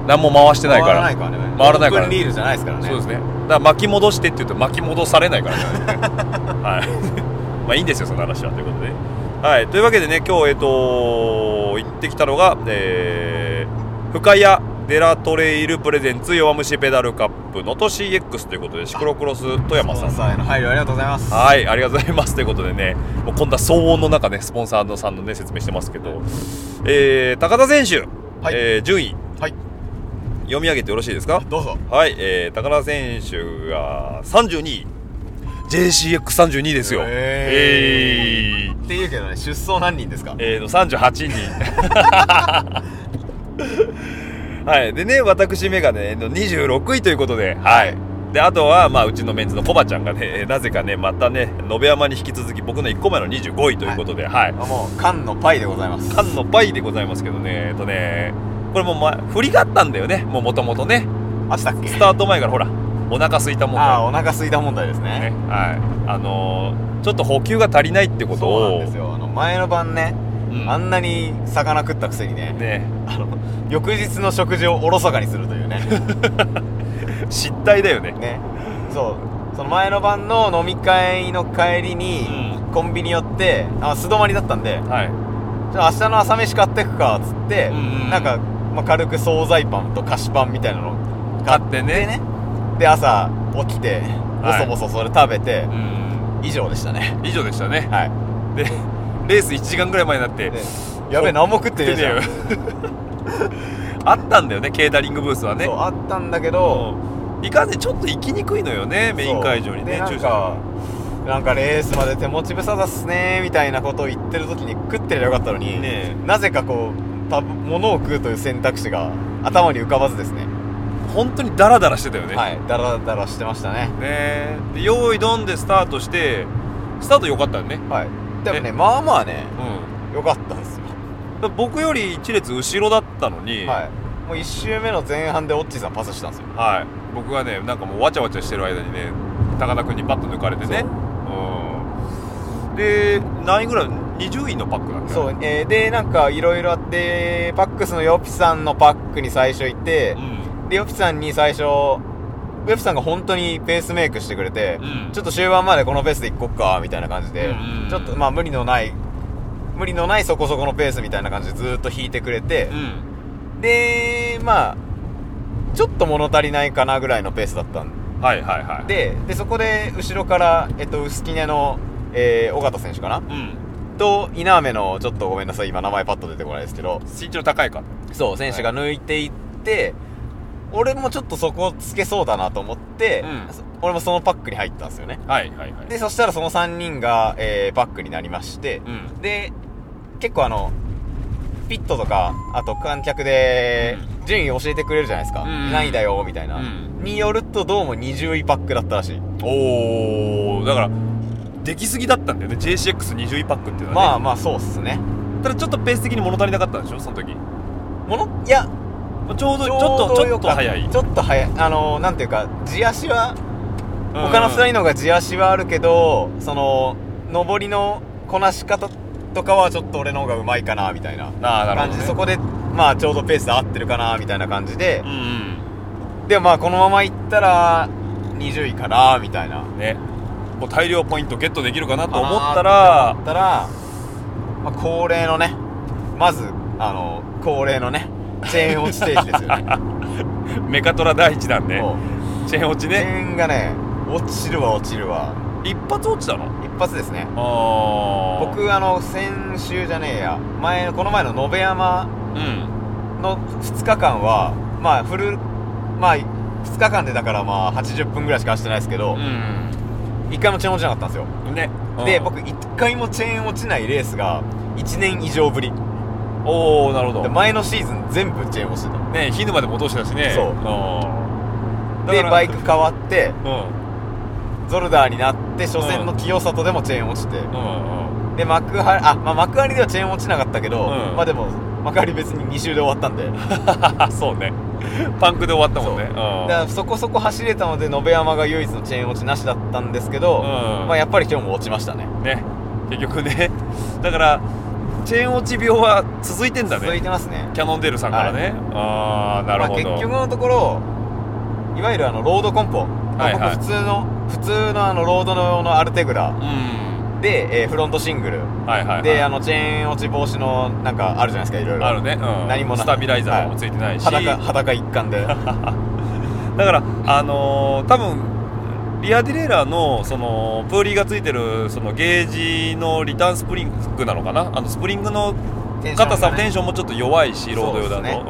何も回してないから回らないからね回らないからオープンリールじゃないですからねそうですねだから巻き戻してって言うと巻き戻されない からねはい まあいいんですよその話はということではいというわけでね今日えっ、と行ってきたのが、えー深谷デラトレイルプレゼンツ弱虫ペダルカップのと CX ということでシクロクロス富山さん配慮ありがとうございます。はい、ありがとうございます。ということでね、もうこんな騒音の中ね、スポンサーのさんのね、説明してますけど、えー、高田選手、えー順位、読み上げてよろしいですかどうぞ。はい、えー、高田選手が32位、JCX32 ですよ。えー、っていうけどね、出走何人ですかえー、と38人はいでね私メガネの26位ということではいであとは、まあ、うちのメンズのコバちゃんがねえーなぜかねまたね延山に引き続き僕の1個前の25位ということで、はいもう缶のパイでございます缶のパイでございますけどねえっとねこれも、まあ、振りがあったんだよねもともとねあしたっけスタート前からほらお腹すいた問題ああお腹すいた問題ですねはいあのーちょっと補給が足りないってことをそうなんですよあの前の晩ね、あんなに魚食ったくせにねあの翌日の食事をおろそかにするというね 失態だよねねそうその前の晩の飲み会の帰りに、コンビニ寄ってあ素泊まりだったんで、じゃあ明日の朝飯買ってくかっつって、なんか、まあ、軽く惣菜パンと菓子パンみたいなの買ってねで朝起きてボはいソボソそれ食べて、以上でしたね以上でしたねはいでレース1時間ぐらい前になってやべえ何も食ってねえじゃん食ってねえよ あったんだよねケータリングブースはねそうあったんだけどいかんせんちょっと行きにくいのよねメイン会場にねでなん駐車かなんかレースまで手持ち無沙汰っすねみたいなことを言ってる時に食ってりゃよかったのに、なぜかこうた物を食うという選択肢が頭に浮かばずですね本当にダラダラしてたよねはいダラダラしてましたねねで用意ドンでスタートしてスタート良かったよねはいでもねまあまあね良、かったんですよ僕より1列後ろだったのに、もう1周目の前半でオッチーさんパスしたんですよはい僕がねなんかもうわちゃわちゃしてる間にね高田君にパッと抜かれてねうんで何位ぐらい20位のパックだったそう、えーでなんかいろいろあってパックスのヨピさんのパックに最初行って、でヨピさんに最初ヨピさんが本当にペースメイクしてくれて、ちょっと終盤までこのペースで行こっかみたいな感じで、ちょっとまあ無理のない無理のないそこそこのペースみたいな感じでずーっと引いてくれて、でまあちょっと物足りないかなぐらいのペースだったんで、はいはいはいででそこで後ろから、えっと、薄木根の、えー尾形選手かな、と稲雨のちょっとごめんなさい今名前パッと出てこないですけど身長高いかそう選手が抜いていって、俺もちょっとそこをつけそうだなと思って、そ俺もそのパックに入ったんですよねはいはいはいでそしたらその3人が、えーバックになりまして、で結構あのピットとかあと観客で順位教えてくれるじゃないですか、ん何位だよみたいな、によるとどうも20位パックだったらしいおおだから出来すぎだったんだよね JCX20 位パックっていうのは、ね、まあまあそうっすねただちょっとペース的に物足りなかったんでしょその時物いやちょうどちちょっとちょよっとかた早いちょっと早いあのなんていうか地足はん他の2人の方が地足はあるけどその上りのこなし方とかはちょっと俺の方がうまいかなみたいなああなるほ感ど、じね、でそこでまあちょうどペースで合ってるかなみたいな感じで、でまあこのままいったら20位かなみたいなねもう大量ポイントゲットできるかなと思ったらだったら、まあ、恒例のねまずあの恒例のねチェーン落ちステージですよね メカトラ第一弾ねチェーン落ちねチェーンがね落ちるわ落ちるわ一発落ちたの一発ですねああ僕あの先週じゃねえや前この前の延山の2日間はまあフルまあ2日間でだからまあ80分ぐらいしか走ってないですけど、一回もチェーン落ちなかったんですよねでうん僕一回もチェーン落ちないレースが1年以上ぶりおおなるほど前のシーズン全部チェーン落ちてたね火沼でも落としてたしねそうだでからバイク変わって、ゾルダーになって初戦の清里でもチェーン落ちて、で幕張あ、まあ、幕張ではチェーン落ちなかったけど、まあでも幕張別に2周で終わったんで そうねパンクで終わったもんねだからそこそこ走れたので延山が唯一のチェーン落ちなしだったんですけど、まあやっぱり今日も落ちましたねね結局ねだからチェーン落ち病は続いてんだね続いてますねキャノンデールさんからね、ああなるほど、まあ、結局のところいわゆるあのロードコンポ、まあはいはい僕普通の普通のあのロード用のアルテグラ、で、えーフロントシングル、であのチェーン落ち防止のなんかあるじゃないですかいろいろあるね、うん何もなスタビライザーもついてないし、はい裸裸一貫で だからあのー多分リアディレイラーのそのプーリーがついてるそのゲージのリターンスプリングなのかなあのスプリングのテンションがね硬さもテンションもちょっと弱いしロード用だと、そうですね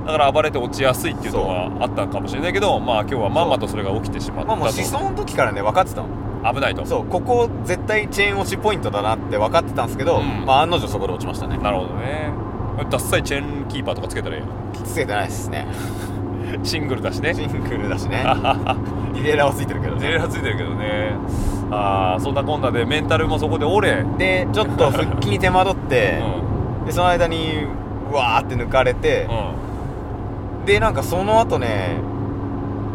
うん、だから暴れて落ちやすいっていうのがあったかもしれないけどまあ今日はまんまとそれが起きてしまったまあもとう思想の時からね分かってたの危ないとそうここ絶対チェーン落ちポイントだなって分かってたんですけど、まあ案の定そこで落ちましたねなるほどねダッサいチェーンキーパーとかつけたらいいよつけてないですね シングルだしねシングルだし ねリレーラーはついてるけどねリレーラーついてるけどねああそんなこんなでメンタルもそこで折れでちょっと復帰に手間取って、でその間にうわーって抜かれて、でなんかその後ね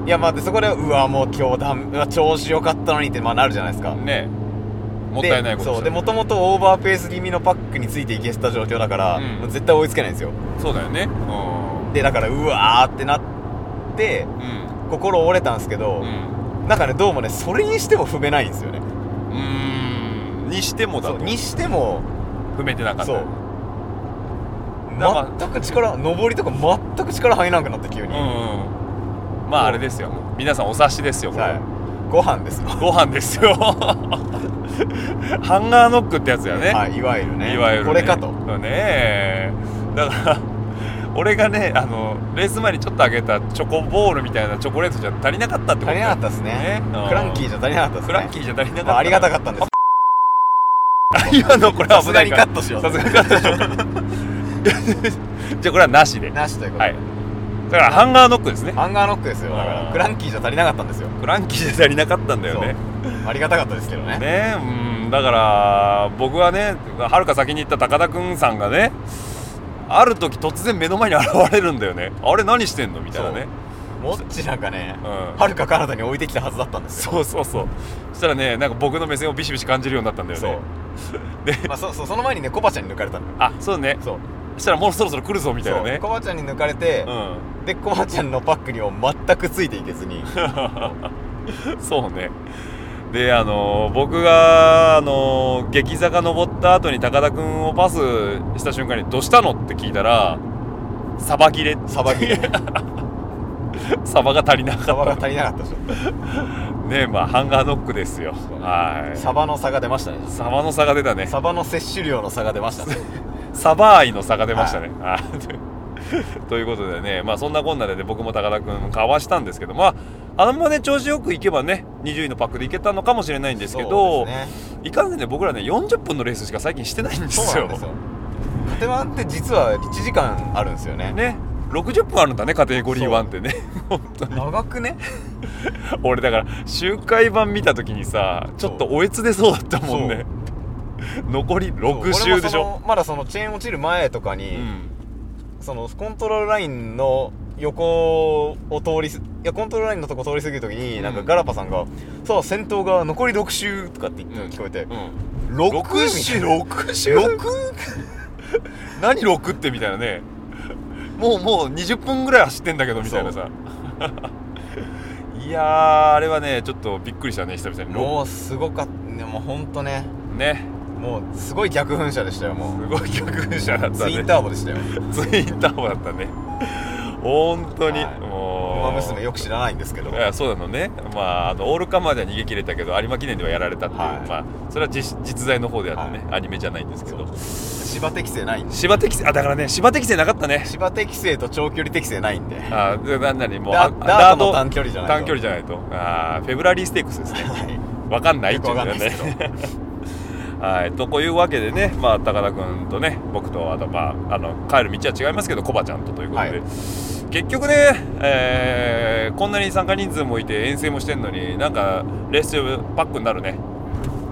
いやまあでそこでうわもう今日だんうわ調子良かったのにってまあなるじゃないですかねもったいないことそうでもともとオーバーペース気味のパックについていけした状況だから、もう絶対追いつけないんですよそうだよねでだからうわーってなって、心折れたんですけど、なんかねどうもねそれにしても踏めないんですよねにしてもだそうにしても踏めてなかったそう全く力上りとか全く力入らなくなって急に、まああれですよ皆さんお察しですよこれ、ご飯ですご飯ですよ ハンガーノックってやつやね、はい、いわゆるねいわゆる、これかとねえだから俺がねあのレース前にちょっとあげたチョコボールみたいなチョコレートじゃ足りなかったってこ足とりなかったですねクランキーじゃ足りなかったですねクランキーじゃ足りなかった、まあ、ありがたかったんです今のこれは危ないかさすがらにカットしようさすがにカットしようじゃあこれはなしでなしということで、だからハンガーノックですねハンガーノックですよだからクランキーじゃ足りなかったんですよクランキーじゃ足りなかったんだよねありがたかったですけどねねうんだから僕はねはるか先に行った高田くんさんがねある時突然目の前に現れるんだよねあれ何してんのみたいなね もっちなんかねはるか彼方に置いてきたはずだったんですよそうそうそうそしたらねなんか僕の目線をビシビシ感じるようになったんだよねまあ、そうそうその前にねコバちゃんに抜かれたのよあそうねそうそしたらもうそろそろ来るぞみたいなねコバちゃんに抜かれて、でコバちゃんのパックにも全くついていけず にそうねであのー僕が、あのー激坂登った後に高田君をパスした瞬間に「どうしたの?」って聞いたら「さば切れ」さば切れ サバが足りなかったサバが足りなかったでしょ ねえまあハンガーノックですよはいサバの差が出ましたねサバの差が出たねサバの摂取量の差が出ましたね サバ愛の差が出ましたね、はいという ことでねまあそんなこんなでね僕も高田君かわしたんですけどまああんまね調子よくいけばね20位のパックでいけたのかもしれないんですけどいかんせんね僕らね40分のレースしか最近してないんですそうなよんですよカテワンって実は1時間あるんですよねね60分あるんだねカテゴリー1ってね長くね 俺だから周回版見た時にさちょっとおえつ出そうだったもんね残り6周でし俺もょそのまだそのチェーン落ちる前とかに、そのコントロールラインの横を通りすいやコントロールラインのとこ通り過ぎる時に、なんかガラパさんが「さあ先頭が残り6周」とかって言ったの聞こえて「6周 ?6 周 何6ってみたいなねもうもう20分ぐらい走ってんだけどみたいなさいやーあれはねちょっとびっくりしたね久々にもうすごかったねもうほんとねねもうすごい逆噴射でしたよもうすごい逆噴射だったねツインターボでしたよツイン ターボだったね本当に、もう娘よく知らないんですけどいやそうなのねまああのオールカマーでは逃げ切れたけど有馬記念ではやられたっていう、まあそれは実実在の方であってね、アニメじゃないんですけど芝適正ないんで芝適正あだからね芝適正なかったね芝適正と長距離適正ないんであでなんなにもうダあダートの短距離じゃないと短距離じゃないとあーフェブラリーステークスですねわかんないっていうねよくわかんないで はいとこういうわけでね、まあ、高田君とね僕とあと、まあ、あの帰る道は違いますけどコバちゃんとということで、結局ね、えーこんなに参加人数もいて遠征もしてんのになんかレース中パックになるね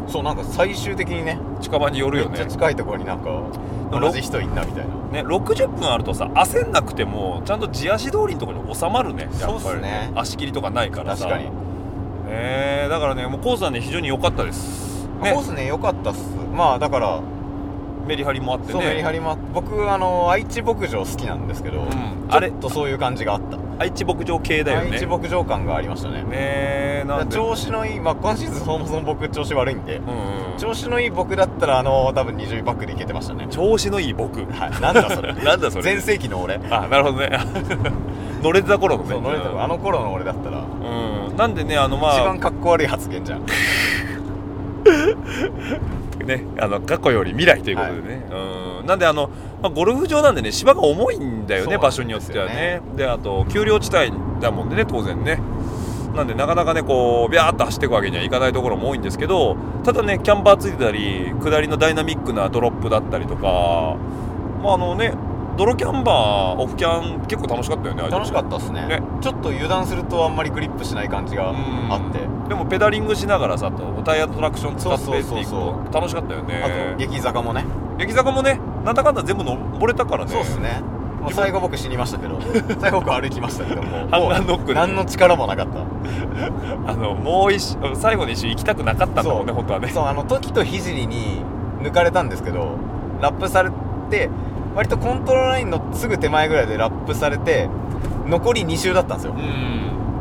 そうなんか最終的にね近場に寄るよねめっちゃ近いところになんか同じ人いんなみたいなね、60分あるとさ焦んなくてもちゃんと地足通りのところに収まるねやっぱりね足切りとかないからさ確かにねえだからねもうコースはね非常に良かったです、ね、コースね良かったっすまあだからメリハリもあってねそうメリハリもあって僕あの愛知牧場好きなんですけど、あちょっとそういう感じがあった愛知牧場系だよね愛知牧場感がありましたねねえなんで調子のいいまあ今シーズンそもそも僕調子悪いんで、調子のいい僕だったらあの多分20位パックでいけてましたね調子のいい僕はいなんだそれ なんだそれ全盛期の俺 あなるほどね乗れてた頃のねそう乗れてた頃あの頃の俺だったらうんなんでねあのまあ一番かっこ悪い発言じゃんね、あの過去より未来ということでね、うんなんであの、まあ、ゴルフ場なんでね芝が重いんだよそうなんですねよね場所によってはねであと丘陵地帯だもんでね当然ねなんでなかなかねこうビャーっと走っていくわけにはいかないところも多いんですけどただねキャンバーついてたり下りのダイナミックなドロップだったりとかまああのね泥キャンバーオフキャン結構楽しかったよねあれ楽しかったっすねちょっと油断するとあんまりグリップしない感じがあってでもペダリングしながらさとタイヤとトラクション使ってっていくと楽しかったよねあと激坂もね激坂もねなんだかんだ全部登れたからねそうっすねもう最後僕死にましたけど最後僕歩きましたけどもうハンガーノックで何の力もなかったあのもう一周最後の一周行きたくなかったんだもんね本当はねそうあの時と聖に抜かれたんですけどラップされて割とコントロールラインのすぐ手前ぐらいでラップされて残り2周だったんですよ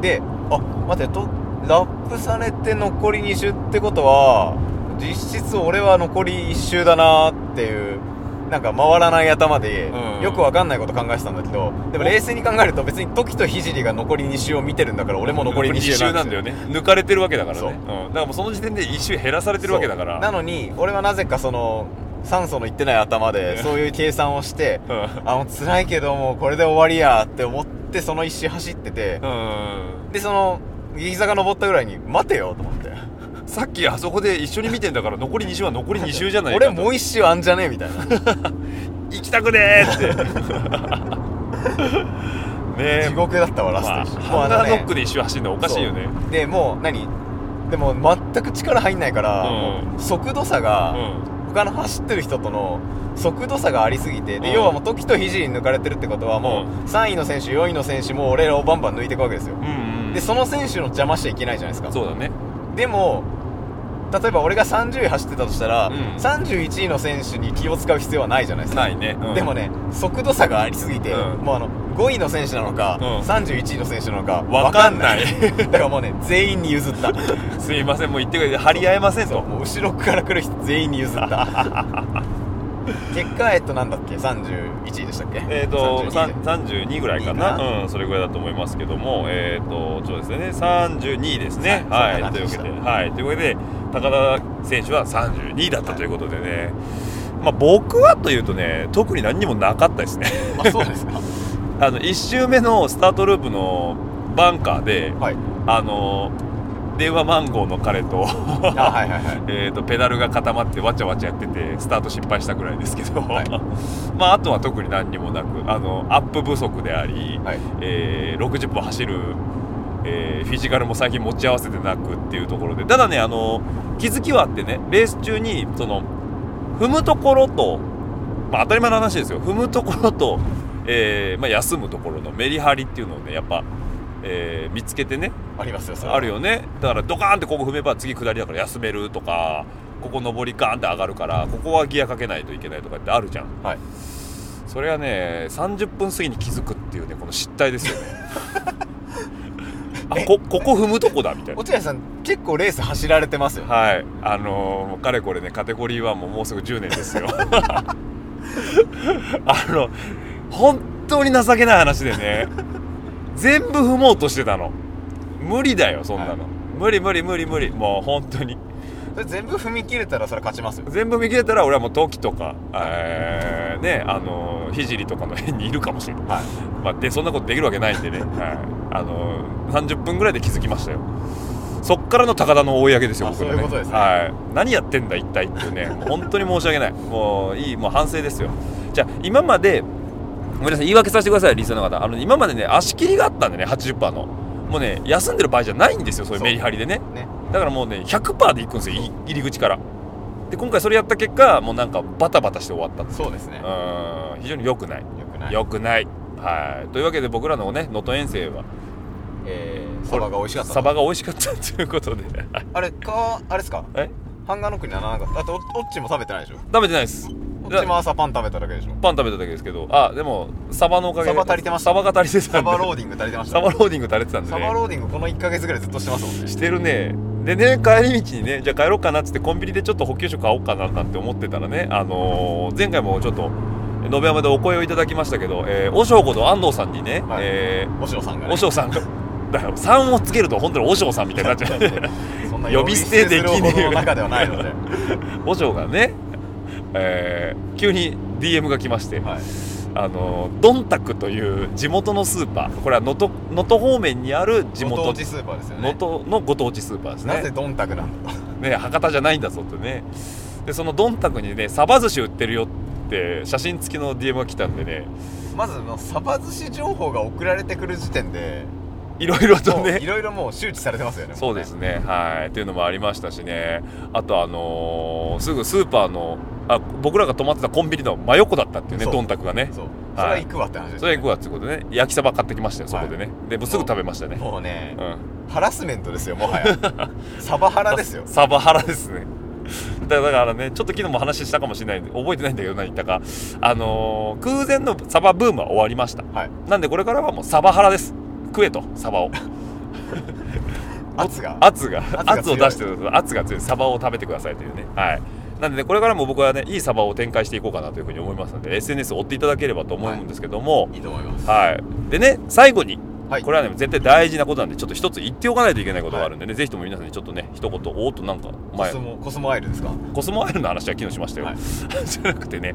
であ待ってとラップされて残り2周ってことは実質俺は残り1周だなっていうなんか回らない頭でよくわかんないこと考えてたんだけどでも冷静に考えると別に時と聖が残り2周を見てるんだから俺も残り2周残り二周ななんだんよだよねね抜かれてるわけだからねうんだからもうその時点で一周減らされてるわけだからなのに俺はなぜかその酸素のいってない頭でそういう計算をして、あの辛いけどもうこれで終わりやって思ってその一周走ってて、でその膝が登ったぐらいに待てよと思ってさっきあそこで一緒に見てんだから残り2周は残り2周じゃない俺もう一周あんじゃねえみたいな 行きたくねえってねえ 地獄だったわ ラスト一周まあハンガーノックで一周走るのおかしいよねそうでもう何でも全く力入んないから、もう速度差が、他の走ってる人との速度差がありすぎてで、要はもう時と肘に抜かれてるってことはもう、3位の選手4位の選手も俺らをバンバン抜いていくわけですよ、でその選手の邪魔しちゃいけないじゃないですかそうだねでも例えば俺が30位走ってたとしたら、31位の選手に気を使う必要はないじゃないですかないねうんでもね速度差がありすぎて、もうあの5位の選手なのか、31位の選手なのかわ分かかんんなないいだからもうね全員に譲った すいませんもう言ってくれて張り合えませんともう後ろから来る人全員に譲った 結果えっとなんだっけ31位でしたっけえー、と32 32ぐらいかなうん、それぐらいだと思いますけども、えー、とそうですね32位ですね。はい、というわけで、はい、というわけで高田選手は32位だったということでね、まあ、僕はというとね特に何にもなかったですね。あそうですか あの1周目のスタートループのバンカーで、あの電話マンゴーの彼と えーとペダルが固まってわちゃわちゃやっててスタート失敗したぐらいですけど、 まあ、あとは特に何にもなくあのアップ不足であり、えー60分走る、えーフィジカルも最近持ち合わせてなくっていうところでただねあの気づきはあってねレース中にその踏むところと、まあ、当たり前の話ですよ踏むところと、えーまあ、休むところのメリハリっていうのをねやっぱ、えー見つけてねありますよあるよねだからドカーンってここ踏めば次下りだから休めるとかここ上りガーンって上がるからここはギアかけないといけないとかってあるじゃん、それはね30分過ぎに気づくっていうねこの失態です よねあこここ踏むとこだみたいな落合さん結構レース走られてますよはいあのーもうかれこれねカテゴリー1ももうすぐ10年ですよ あの本当に情けない話でね全部踏もうとしてたの無理だよそんなの、無理無理無理無理もう本当にそれ全部踏み切れたらそれ勝ちますよ全部見切れたら俺はもうトキとか、えーねあのひじりとかの辺にいるかもしれない、まあ、でそんなことできるわけないんでね、はい、あの30分ぐらいで気づきましたよそっからの高田の追い上げですよ僕のねそういうことですねはい、何やってんだ一体っていうね もう本当に申し訳ないもういいもう反省ですよじゃあ今までごめんなさい言い訳させてくださいリスナーの方あの今までね足切りがあったんでね80%のもうね休んでる場合じゃないんですよそういうメリハリでねだからもうね100%でいくんですよい入り口からで今回それやった結果もうなんかバタバタして終わったそうですねん非常に良くない良くない良くないはいというわけで僕らのね能登遠征はえーサバが美味しかったサバが美味しかったということであれかあれですかえハンガーノックにならなかったあとオッチも食べてないでしょ食べてないですオッチも朝パン食べただけでしょパン食べただけですけどあでもサバのおかげでサバ足りてましたサバが足りてたんでサバローディング足りてましたサバローディング足りてたんでサねバローディングこの1ヶ月ぐらいずっとしてますもんねしてるねでね帰り道にねじゃあ帰ろうかなっつってコンビニでちょっと補給食買おうかななんて思ってたらね、あのー前回もちょっと延山でお声をいただきましたけど、えー、おしょうこと安藤さんにね、えー、おしょうさんが、おしょうさんがだから3をつけると本当におしょうさんみたいになっち ゃう 呼び捨てできねえよの中ではないので お嬢がね、えー急に DM が来まして、あのドンタクという地元のスーパーこれは能登能登方面にある地元ご当地スーパーですよ能登のご当地スーパーですねなぜドンタクなんだとね博多じゃないんだぞってねでそのドンタクにねサバ寿司売ってるよって写真付きの DM が来たんでね まずもうサバ寿司情報が送られてくる時点でいろいろとねいろいろもう周知されてますよねそうですねはいっていうのもありましたしねあとあのーすぐスーパーのあ僕らが泊まってたコンビニの真横だったっていうねそうドンタクがねそれは行くわって話ですねそれは行くわってことね焼きそば買ってきましたよそこでね、でもうすぐ食べましたねもうね、うん、ハラスメントですよもはや サバハラですよ サバハラですねだからだからねちょっと昨日も話したかもしれないんで覚えてないんだけど何言ったかあのー空前のサバブームは終わりました、なんでこれからはもうサバハラです食えとサバを圧が圧が圧が強い圧を出してる圧が強いサバを食べてくださいというねはいなんでねこれからも僕はねいいサバを展開していこうかなというふうに思いますので SNS を追っていただければと思うんですけども、はい、い、と思いますでね最後に、これはね絶対大事なことなんでちょっと一つ言っておかないといけないことがあるんでね、ぜひとも皆さんにちょっとね一言おーっとなんかコスモコスモアイルですかコスモアイルの話は昨日しましたよ、 じゃなくてね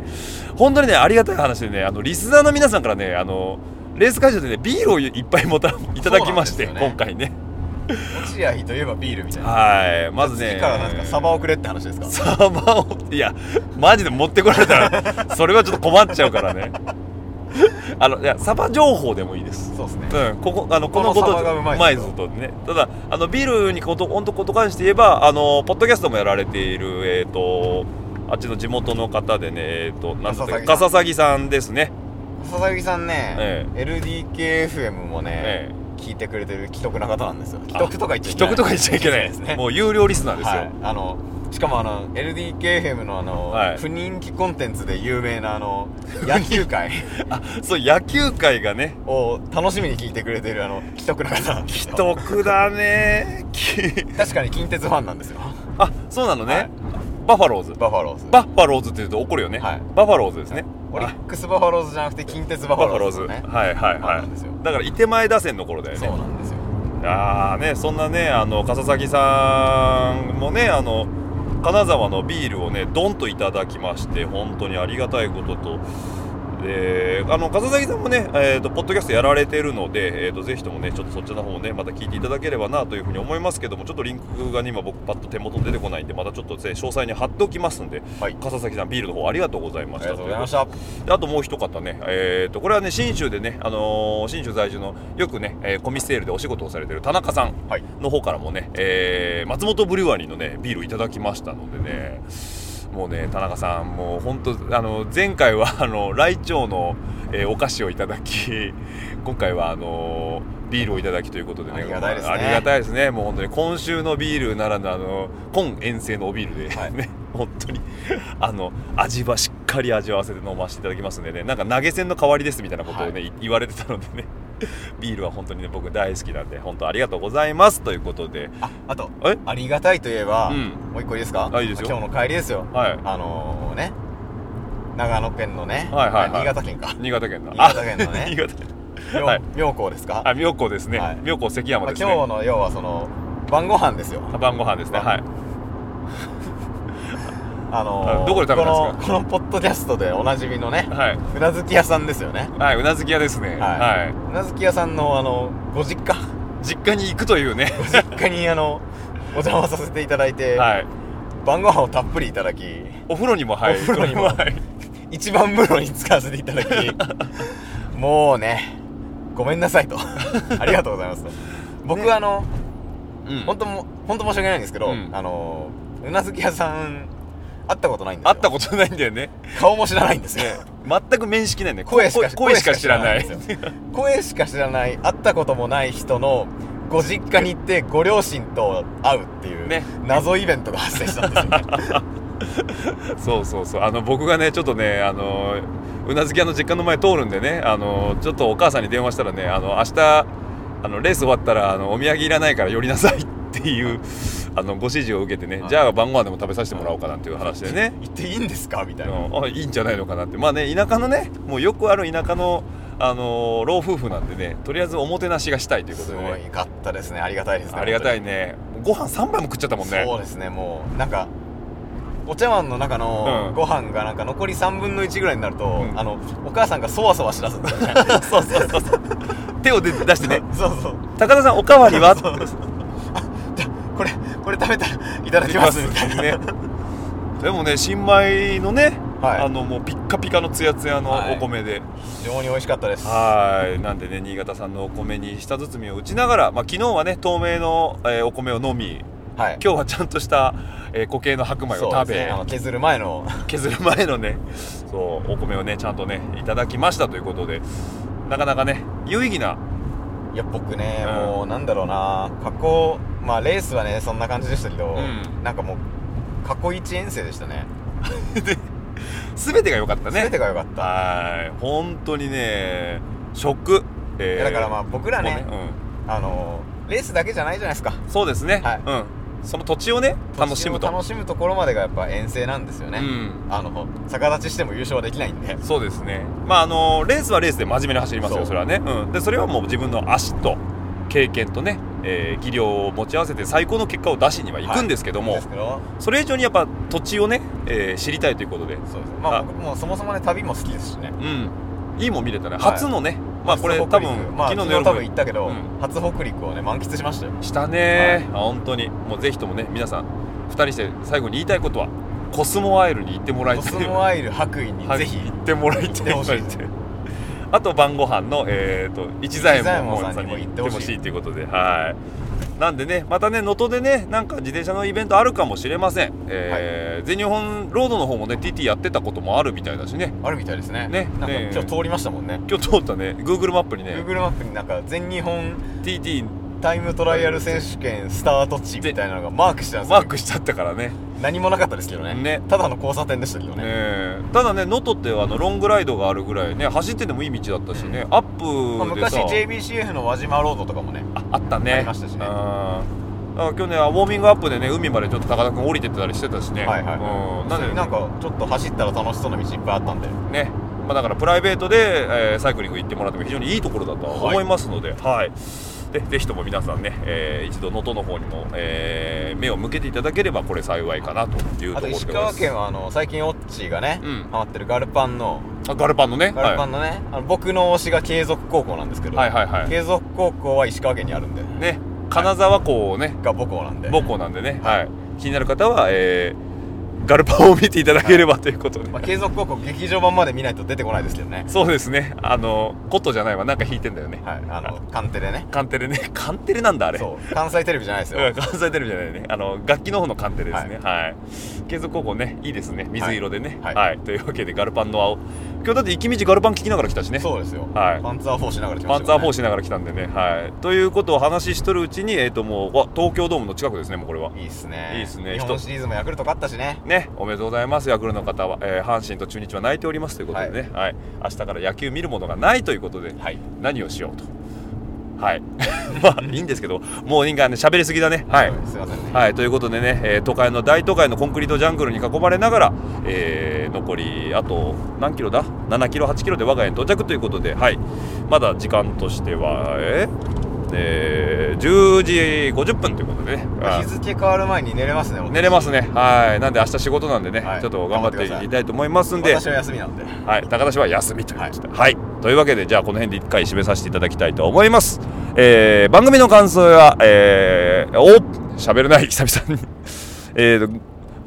本当にねありがたい話でねあのリスナーの皆さんからねあのレース会場でねビールをいっぱいもたいただきまして、今回ね落合といえばビールみたいなはいまずね次からなんですかサバをくれって話ですかサバを いやマジで持ってこられたらそれはちょっと困っちゃうからねあのいやサバ情報でもいいですそうですねうん、ここあのここののこサとバがうまいいぞとねただあのビールにこと本当こと関して言えばあのポッドキャストもやられているえっ、とあっちの地元の方でねえっ、となんだったっけ笠笠崎さんですね佐々木さんね、え LDKFM もね、聞いてくれてる既得な方なんですよ既得とか言っちゃいけない既得とか言っちゃいけないですねもう有料リスナーですよ、はいあのしかもあの LDKFM のあの、不人気コンテンツで有名なあの野球界 あそう野球界がねを楽しみに聞いてくれてるあの既得な方なんですよ既得だね確かに近鉄ファンなんですよあそうなのね、バファローズバファローズバッファローズって言うと怒るよね、バファローズですね、オリックスバファローズじゃなくて近鉄ババフファァロローーズズ、のねはいはいはいだからいて前打線の頃だよねそうなんですよああねそんなねあの笠崎さんもねあの金沢のビールをねドンといただきまして本当にありがたいこととであの笠崎さんもね、えー、とポッドキャストやられてるので、えー、とぜひともねちょっとそっちの方もねまた聞いていただければなというふうに思いますけどもちょっとリンクがね今僕パッと手元に出てこないんでまたちょっと、ね、詳細に貼っておきますんで、笠崎さんビールの方ありがとうございましたありがとうございましたであともう一方ね、えー、とこれはね信州でね、あのー信州在住のよくね、えーコミステールでお仕事をされてる田中さんの方からもね、えー松本ブリュワリーのねビールをいただきましたのでねもうね田中さんもう本当あの前回はあのライチョウの、えーお菓子をいただき今回はあのビールをいただきということでねありがたいですねありがたいですねもう本当に今週のビールならぬあの今遠征のおビールで、ね本当にあの味はしっかり味わわせて飲ませていただきますんでねなんか投げ銭の代わりですみたいなことをね、い言われてたのでねビールは本当にね僕大好きなんで本当ありがとうございますということでああとえありがたいといえば、うんもう一個いいですかあいいですよ今日の帰りですよ、はいあのね長野県のね、はいはいはい新潟県か新潟県の新潟県のねあ 新潟県妙はい妙高ですかあ妙高ですね、妙高関山ですね、まあ今日の要はその晩ご飯ですよ晩ご飯ですねはい あのーあどこで食べたんですかこのこのポッドキャストでおなじみのね、うなずき屋さんですよねはいうなずき屋ですねはいうなずき屋さんのあのご実家実家に行くというね実家にあ のお邪魔させていただいて、晩ご飯をたっぷりいただきお風呂にも入るお風呂にも一番風呂に使わせていた だきもうねごめんなさいとありがとうございますと僕、あの、本当も本当申し訳ないんですけど、あのうなずき屋さん会ったことないんですよ会ったことないんだよね顔も知らないんですよ、全く面識ないね声しか声しか知らない声しか知らないんですよ 声しか知らない会ったこともない人のご実家に行ってご両親と会うっていう、謎イベントが発生したんですよねそうそうそうあの僕がねちょっとねあのうなずき屋の実家の前通るんでねあのちょっとお母さんに電話したらねあの明日あのレース終わったらあのお土産いらないから寄りなさいっていうあのご指示を受けてねじゃあ晩ご飯でも食べさせてもらおうかなっていう話でね行っていいんですかみたいなあいいんじゃないのかなってまあね田舎のねもうよくある田舎のあの老夫婦なんでねとりあえずおもてなしがしたいということでねすごいかったですねありがたいですねありがたいねご飯3杯も食っちゃったもんねそうですねもうなんかお茶碗の中のご飯がなんか残り3分の1ぐらいになると、あのお母さんがそわそわしだすんですよね そうそうそう手を出出してねそうそう高田さんおかわりはこれ食べたらいただきますみたいなねでもね新米のね、あのもうピッカピカのツヤツヤのお米で、非常に美味しかったですはいなんでね新潟産のお米に舌包みを打ちながら、まあ、昨日はね透明の、えーお米を飲み、今日はちゃんとした、えー固形の白米をそう食ですべ、ねあの削る前の削る前のねそうお米をねちゃんとねいただきましたということでなかなかね有意義ないや僕ね、もうなんだろうな過去まあレースはねそんな感じでしたけど、なんかもう過去一遠征でしたね全てが良かったね全てが良かったはい本当にねショック、えーだからまあ僕らねもうあのレースだけじゃないじゃないですかそうですね、うん、その土地をね楽しむと楽しむところまでがやっぱ遠征なんですよね、あの逆立ちしても優勝はできないんでそうですねまああのレースはレースで真面目に走りますよそれはね、うん、でそれはもう自分の足と経験とね、えー技量を持ち合わせて最高の結果を出しにはいくんですけども、それ以上にやっぱ土地をね、えー知りたいということでまあ僕もうそもそもね旅も好きですしねうんいいもん見れたね、はい初のねまあこれ多初北分陸、まあ、昨昨日日の夜も多分行ったけど、初北陸をね満喫しましたよしたね、あ本当にもうぜひともね皆さん2人して最後に言いたいことはコスモアイルに行ってもらいたいコスモアイ ル白衣にぜひ行ってもらいたいあと晩ご飯の、えー、と一左衛門さんにも行ってほしいということではいなんでねまたね能登でねなんか自転車のイベントあるかもしれません、えー全日本ロードの方もね TT やってたこともあるみたいだしねあるみたいですねねなんか今日通りましたもんね今日通ったね Google マップにね Google マップになんか全日本 TT タイムトライアル選手権スタート地みたいなのがマークしてたんですマークしちゃったからね何もなかったですけどねただの交差点でしたけどねねえただね能登ってあのロングライドがあるぐらいね走っててもいい道だったしね、アッまあプで昔さ JBCF の輪島ロードとかもねあったねありましたしね今日ねウォーミングアップでね海までちょっと高田君降りてったりしてたしねはいはい、うん、なんでなんかちょっと走ったら楽しそうな道いっぱいあったんでねまあだからプライベートで、えーサイクリング行ってもらっても非常にいいところだとは思いますので、はいでぜひとも皆さんね、えー一度能登の方にも、えー目を向けていただければこれ幸いかなというとあころとでご石ざいま川す県はあの最近オッチーがね、ハマってるガルパンのあガルパンのねガルパンのね、あの僕の推しが継続高校なんですけど、はいはいはい継続高校は石川県にあるんでね金沢港をね、が母校なんで母校なんでね、はい、気になる方は、えーガルパンを見ていただければということで、まあ、継続高校劇場版まで見ないと出てこないですけどねそうですねあのコットじゃないわなんか弾いてんだよねはいあのカンテレねカンテレねカンテレなんだあれ関西テレビじゃないですようん関西テレビじゃないねあの楽器の方のカンテレですねはい、継続高校ねいいですね水色でねはい、というわけでガルパンの青今日だって行き道ガルパン聞きながら来たしねそうですよはいパンツァー4しながら来まパしンたツァー4しながら来たんでね、はい、ということを話ししとるうちに、えー、ともうわ東京ドームの近くですねもうこれはいいですねいいですね日本シリーズもヤクルト勝ったしねね、おめでとうございます、ヤクルトの方は、えー阪神と中日は泣いておりますということでね、はい明日から野球見るものがないということで、何をしようと、はい、 まあいいんですけど、もういいんかね、喋りすぎだね。はい、すいませんねはい、ということでね、えー都会の大都会のコンクリートジャングルに囲まれながら、えー残りあと何キロだ7キロ8キロで我が家に到着ということで、はい、まだ時間としては、えーえー10時50分ということでね、日付変わる前に寝れますね寝れますね。はい。なんで明日仕事なんでね、ちょっと頑張っていきたいと思いますんで。私は休みなんではい。高田氏は休みということで。はい。というわけで、じゃあこの辺で一回締めさせていただきたいと思います。えー番組の感想は、えー、お喋れない、久々に。 えーと、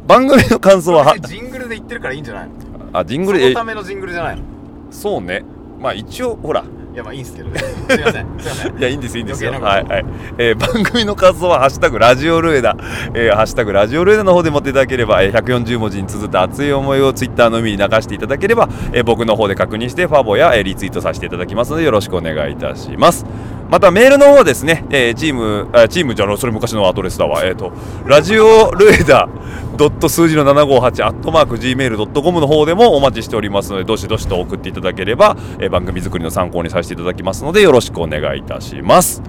番組の感想は、ジングルで言ってるからいいんじゃないのあ、ジンそグル、のためのジングルじゃないのそうね。まあ一応、ほら。いやまあいいんすけど いや、いいんです、いいんですよ。はい、はい。えー番組の感想は、ハッシュタグラジオルエダ、えーハッシュタグラジオルエダの方で持っていただければ、えー140文字に綴った熱い思いをツイッターの海に流していただければ、えー僕の方で確認して、ファボや、えーリツイートさせていただきますので、よろしくお願いいたします。またメールの方ですね、えーチーム、あチームじゃろ、それ昔のアドレスだわ、えっ、と、ラジオルエダドット数字の758アットマーク Gmail.com の方でもお待ちしておりますので、どしどしと送っていただければ、えー番組作りの参考にさせていただきますので、よろしくお願いいたします。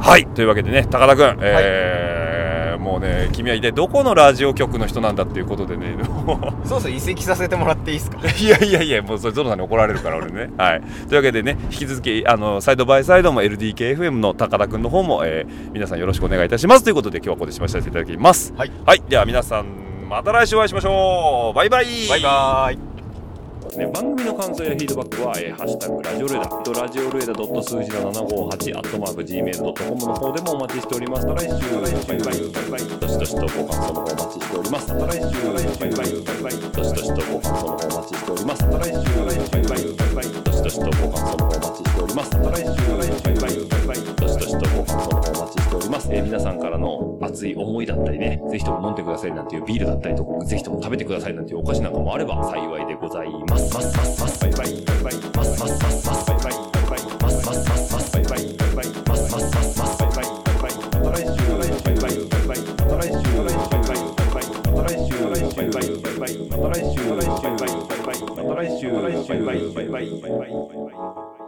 はい、というわけでね、高田君、えーもうね、君は一体どこのラジオ局の人なんだっていうことでね、 そうそう移籍させてもらっていいですかいやいやいや、もうそれゾロさんに怒られるから俺ね。はい。というわけでね、引き続きあのサイドバイサイドも LDKFM の高田くんの方も、えー皆さんよろしくお願いいたしますということで今日はここで締めさせていただきます。はい。では皆さんまた来週お会いしましょう。バイバイ。バイバイ。ね、番組の感想やフィードバックは、えーハッシュタグラジオルエダ、ラジオルエダ数字の758、アットマーク Gmail.com の方でもお待ちしております。また来週、バイバイ、バイバイ、どしどしとご感想の方お待ちしております。また来週、バイバイ、バイバイ、どしどしとご感想の方お待ちしております。また来週、バイバイ、バイバイ、どしどしとご感想の方お待ちしております。また来週、バイバイ、バイバイ、どしどしとご感想の方お待ちしております。えー皆さんからの熱熱い思いだったりね、ぜひとも飲んでくださいなんていうビールだったりとか、ぜひとも食べてくださいなんていうお菓子なんかもあれば幸いでございます。ますますますバイバイバイバイますますますますバイバイバイバイますますますバイバイバイバイますますますますバイバイバイバイまた来週バイバイバイバイまた来週バイバイバイまた来週バイバイバイバイまた来週バイバイバイバイまた来週バイバイバイバイまた来週バイバイバイバイ